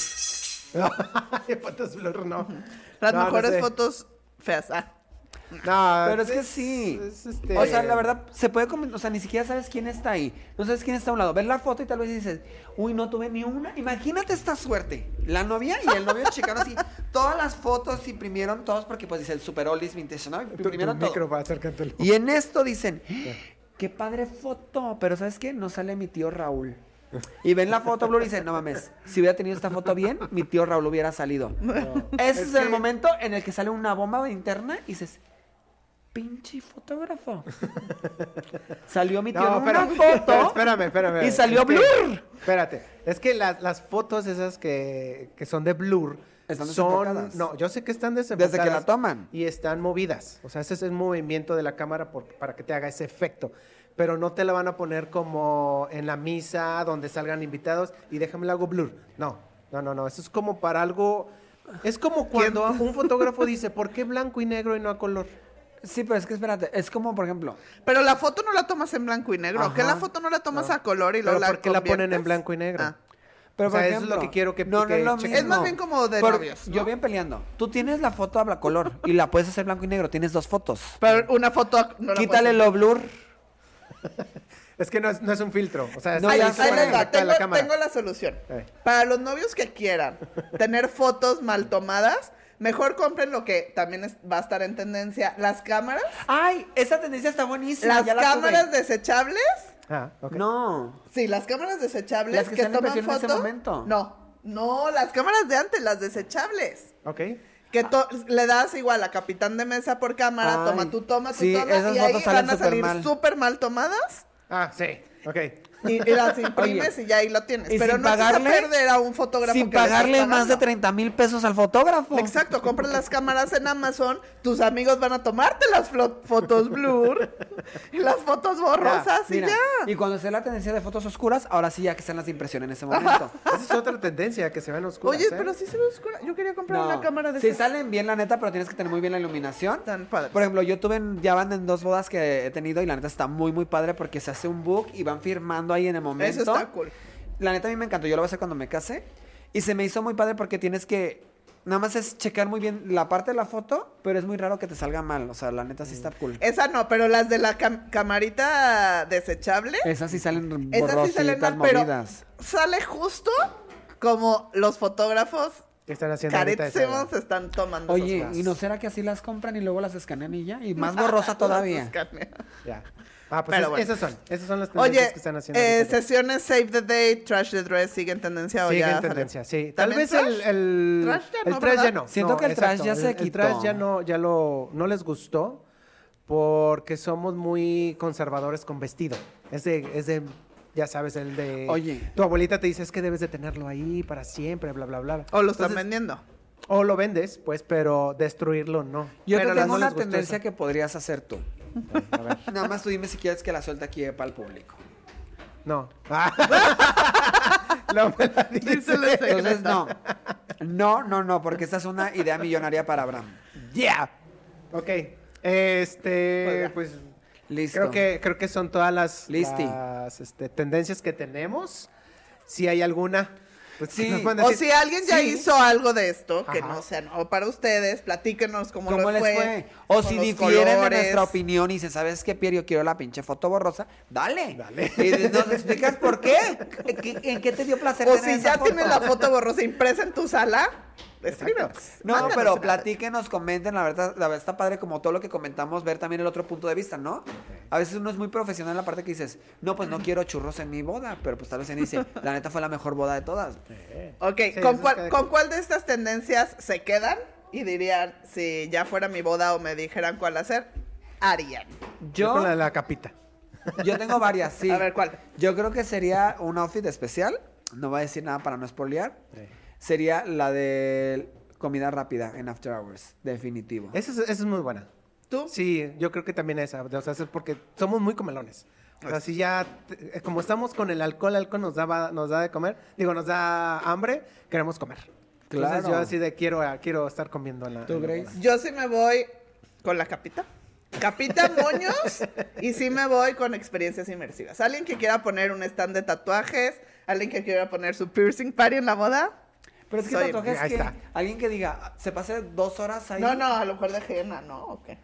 Ay, fotos blur, no.
Las
No, no
mejores
sé.
fotos feas. Ah.
No,
Pero es que sí.
es, este,
O sea, la verdad, se puede comen- o sea, ni siquiera sabes quién está ahí. No sabes quién está a un lado. Ves la foto y tal vez dices, uy, no tuve ni una. Imagínate esta suerte. La novia y el novio [LAUGHS] checaron así. Todas las fotos imprimieron todos porque pues dice el super oldies vintage, ¿no?
Tu, tu
Imprimieron todo.
micro para acercártelo.
Y en esto dicen, "¡Ah! qué padre foto, pero ¿sabes qué? No sale mi tío Raúl. Y ven la foto Blur y dicen, no mames, si hubiera tenido esta foto bien, mi tío Raúl hubiera salido. Ese es,
Es
el
que-
momento en el que sale una bomba interna y dices, pinche fotógrafo. Salió mi tío en
[LAUGHS]
una
pero
foto
espérame, espérame.
y salió
Es que-
Blur.
Espérate, es que las, las fotos esas que, que son de Blur
Están
son...
desenfocadas.
No, yo sé que están desenfocadas.
Desde que la toman.
Y están movidas. O sea, ese es el movimiento de la cámara por- para que te haga ese efecto. Pero no te la van a poner como en la misa donde salgan invitados y déjame la hago Blur. No, no, no, no. Eso es como para algo... Es como cuando un fotógrafo dice, ¿por qué blanco y negro y no a color?
Sí, pero es que espérate, es como por ejemplo,
Pero la foto no la tomas en blanco y negro. ¿Qué
Ajá.
la foto no la tomas a color y
Pero
luego la
¿por qué la ponen
conviertes?
en blanco y negro?
Ah.
Pero
O sea, eso
por
es lo
ejemplo,
que quiero que-
no, no
que
es, lo
chequen.
mismo.
Es más bien como de novios, ¿no?
Yo bien peleando. Tú tienes la foto a
[LAUGHS]
bla- color y la puedes hacer blanco y negro. Tienes dos fotos.
Pero una foto ac- no la
Quítale
puedes-
lo blur.
Es que no es, no es un filtro. O sea, es
No,
Ahí-
ya
para
ahí
sé.
les
el
va,
efecto de
tengo,
la cámara.
tengo la solución.
Eh.
Para los novios que quieran tener fotos mal tomadas, mejor compren lo que también es- va a estar en tendencia, las cámaras.
Ay, esa tendencia está buenísima.
las
ya la tuve.
cámaras desechables.
Ah, ok.
No.
Sí, las cámaras desechables
Las que
que
están en
toman
presión en ese
foto.
momento.
No, no, las cámaras de antes, las desechables.
Ok.
Que to- le das igual a capitán de mesa por cámara,
Ay,
toma tú, toma tú,
sí,
toma,
esas
y ahí
fotos salen
van a
súper
salir
mal.
súper mal tomadas.
Ah, sí. Ok.
Y, y
[LAUGHS]
las imprimes y ya ahí lo tienes.
y
Pero
sin
no vas a
pagarle-
perder a un fotógrafo.
Sin
que le estás
pagarle más de
pagando.
30 mil pesos al fotógrafo.
Exacto, compras las cámaras en Amazon, tus amigos van a tomarte las flo- fotos blur y las fotos borrosas y
Mira,
ya.
Y cuando sea la tendencia de fotos oscuras, ahora sí ya que están las de
[LAUGHS]
impresión en ese momento.
Esa es otra tendencia que se vean oscuras.
Oye,
¿eh?
pero sí se ve oscura. Yo quería comprar
No.
una cámara de
Sí
esas.
salen bien, la neta, pero tienes que tener muy bien la iluminación.
Están padres.
Por ejemplo, yo tuve, en- ya van en dos bodas que he tenido y la neta está muy, muy padre porque se hace un book y van firmando ahí en el momento.
Eso está cool.
La neta a mí me encantó, yo lo voy a hacer cuando me case. Y se me hizo muy padre porque tienes que, nada más es checar muy bien la parte de la foto, pero es muy raro que te salga mal. O sea, la neta sí está cool.
Esa no, pero las de la cam- camarita desechable,
Esas sí salen
esas sí salen mal,
borrositas,
pero
movidas.
sale justo como los fotógrafos
¿Qué están haciendo ahorita esa
carísimos
edad?
están tomando.
Oye,
esos
¿y no será que así las compran y luego las escanean y ya? Y
[LAUGHS]
más borrosa todavía.
escanean.
Ya. Ah, pues
Pero
es-
bueno.
esas son. Esas son las tendencias
Oye,
que están haciendo.
eh,
ahorita.
sesiones Save the Day, Trash the Dress, ¿siguen tendencia o ya
Siguen
salió?
tendencia, sí. Tal
¿También
vez
trash?
el, el
Trash ya
el
no,
trash
¿verdad?
ya no.
Siento
No,
que el trash ya
el-
se
El
quitó.
trash ya no, ya lo, no les gustó porque somos muy conservadores con vestido. Es de, es de, ya sabes, el de...
Oye.
Tu abuelita te dice, es que debes de tenerlo ahí para siempre, bla, bla, bla.
O lo están
Entonces,
vendiendo.
O lo vendes, pues, pero destruirlo no.
Yo
Pero
te
las
tengo
no les
una
gustó
tendencia
eso.
que podrías hacer tú.
A ver,
Nada más tú dime si quieres que la suelte aquí para el público.
no. [LAUGHS] no me la dice.
Díselo en secreto.
[LAUGHS] Entonces, no. No, no, no, porque esta es una idea millonaria para Abraham.
Yeah. Ok. Este, pues
Listo.
creo que creo que son todas las,
Listi.
las, este, tendencias que tenemos. Si hay alguna, pues
Sí,
nos pueden
O
decir,
si alguien ya
sí.
hizo algo de esto, que
Ajá.
no sea o para ustedes, platíquenos cómo,
¿Cómo
les
les
fue.
fue? O
con
si
los
difieren de
colores.
nuestra opinión y dicen, ¿sabes qué, Pierre? Yo quiero la pinche foto borrosa. Dale.
Dale.
Y nos explicas por qué. ¿Qué- ¿En qué te dio placer
O
tener
si
esa
ya
foto?
tienes la foto borrosa impresa en tu sala, escríbenos.
No,
Mándanos
pero
una-
platíquenos, comenten, la verdad, la verdad está padre como todo lo que comentamos, ver también el otro punto de vista, ¿no? A veces uno es muy profesional en la parte que dices, no, pues no quiero churros en mi boda, pero pues tal vez alguien dice, la neta fue la mejor boda de todas.
Ok,
Sí, eso
¿con,
es
cuál,
cada
con
quien.
cuál de estas tendencias se quedan? Y dirían, si ya fuera mi boda o me dijeran cuál hacer, harían.
yo
Yo,
con la de la capita.
yo tengo varias, sí.
A ver, ¿cuál?
Yo creo que sería un outfit especial, no voy a decir nada para no spoilear,
Sí.
sería la de comida rápida en After Hours, definitivo.
Esa es, esa es muy buena.
¿Tú?
Sí, yo creo que también esa. O sea, es porque somos muy comelones. O sea, si ya, te- eh, como estamos con el alcohol, el alcohol nos da, nos da de comer, digo, nos da hambre, queremos comer. Entonces
Claro.
yo así de quiero, quiero estar comiendo en la.
¿Tú,
en la
Grace?
boda.
Yo sí me voy con la capita.
[LAUGHS]
Capita moños y sí me voy con experiencias inmersivas. Alguien que quiera poner un stand de tatuajes, alguien que quiera poner su piercing party en la boda.
Pero es que
Soy-
tatuajes
ahí
que
está.
alguien que diga, se pase dos horas ahí.
No, no, a lo mejor de ajena, ¿no? ¿O qué?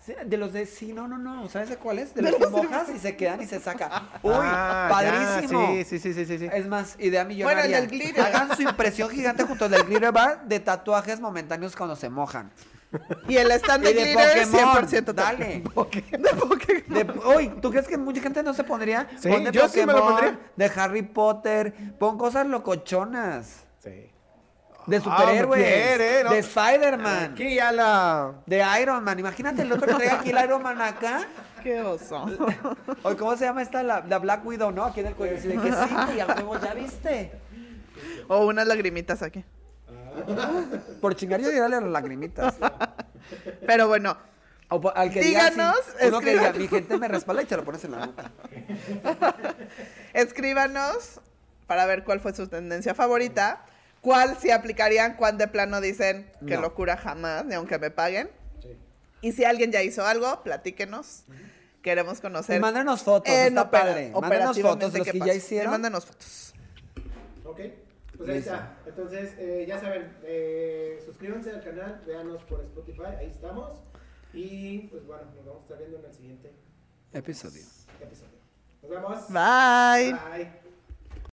Sí, De los de, sí, no, no, no, ¿sabes de cuál es? De
De
los que
los de-
mojas y se quedan y se saca. ¡Uy,
Ah, ya,
padrísimo!
sí, sí, sí, sí, sí.
Es más, idea millonaria.
Bueno, el del glitter.
Hagan su impresión gigante junto al del glitter bar de tatuajes momentáneos cuando se mojan.
Y el stand de
Y de
glitter
Pokémon,
100%
dale.
[LAUGHS] De Pokémon.
De, uy, ¿tú crees que mucha gente no se pondría?
Sí,
Pon de
yo sí me lo
Pokémon,
pondría.
De Harry Potter, pon cosas locochonas.
Sí.
De
Ah,
superhéroes.
me quiere, ¿no?
De Spider-Man.
Aquí ya la...
De Iron Man. Imagínate el otro que traiga aquí el Iron Man acá.
Qué oso.
Oye, ¿cómo se llama esta? La, la Black Widow, ¿no? Aquí en el cuello. Así de que sí, y al huevo ya viste.
O unas lagrimitas aquí.
Por chingar yo diría las lagrimitas.
Pero bueno,
O po- al que diga,
Díganos,
sí, uno que diga,
escriban.
mi gente me respalda y te lo pones en
[LAUGHS]
la boca.
escríbanos para ver cuál fue su tendencia favorita. ¿Cuál si aplicarían? ¿Cuál de plano dicen que
No.
locura jamás, ni aunque me paguen? Y si alguien ya hizo algo, platíquenos. Queremos
Y
conocer.
mándenos fotos,
en
está
opera-
padre. Mándenos
eh, operativamente
fotos de los
qué
que ya
pasó.
hicieron.
Mándenos fotos.
Ok, pues
ahí
ahí
Listo.
está. Entonces, eh, ya saben, eh, suscríbanse al canal, véanos por Spotify, ahí estamos. Y pues bueno, nos vamos a estar viendo en el siguiente
Episodio.
episodio. Nos vemos.
Bye.
Bye.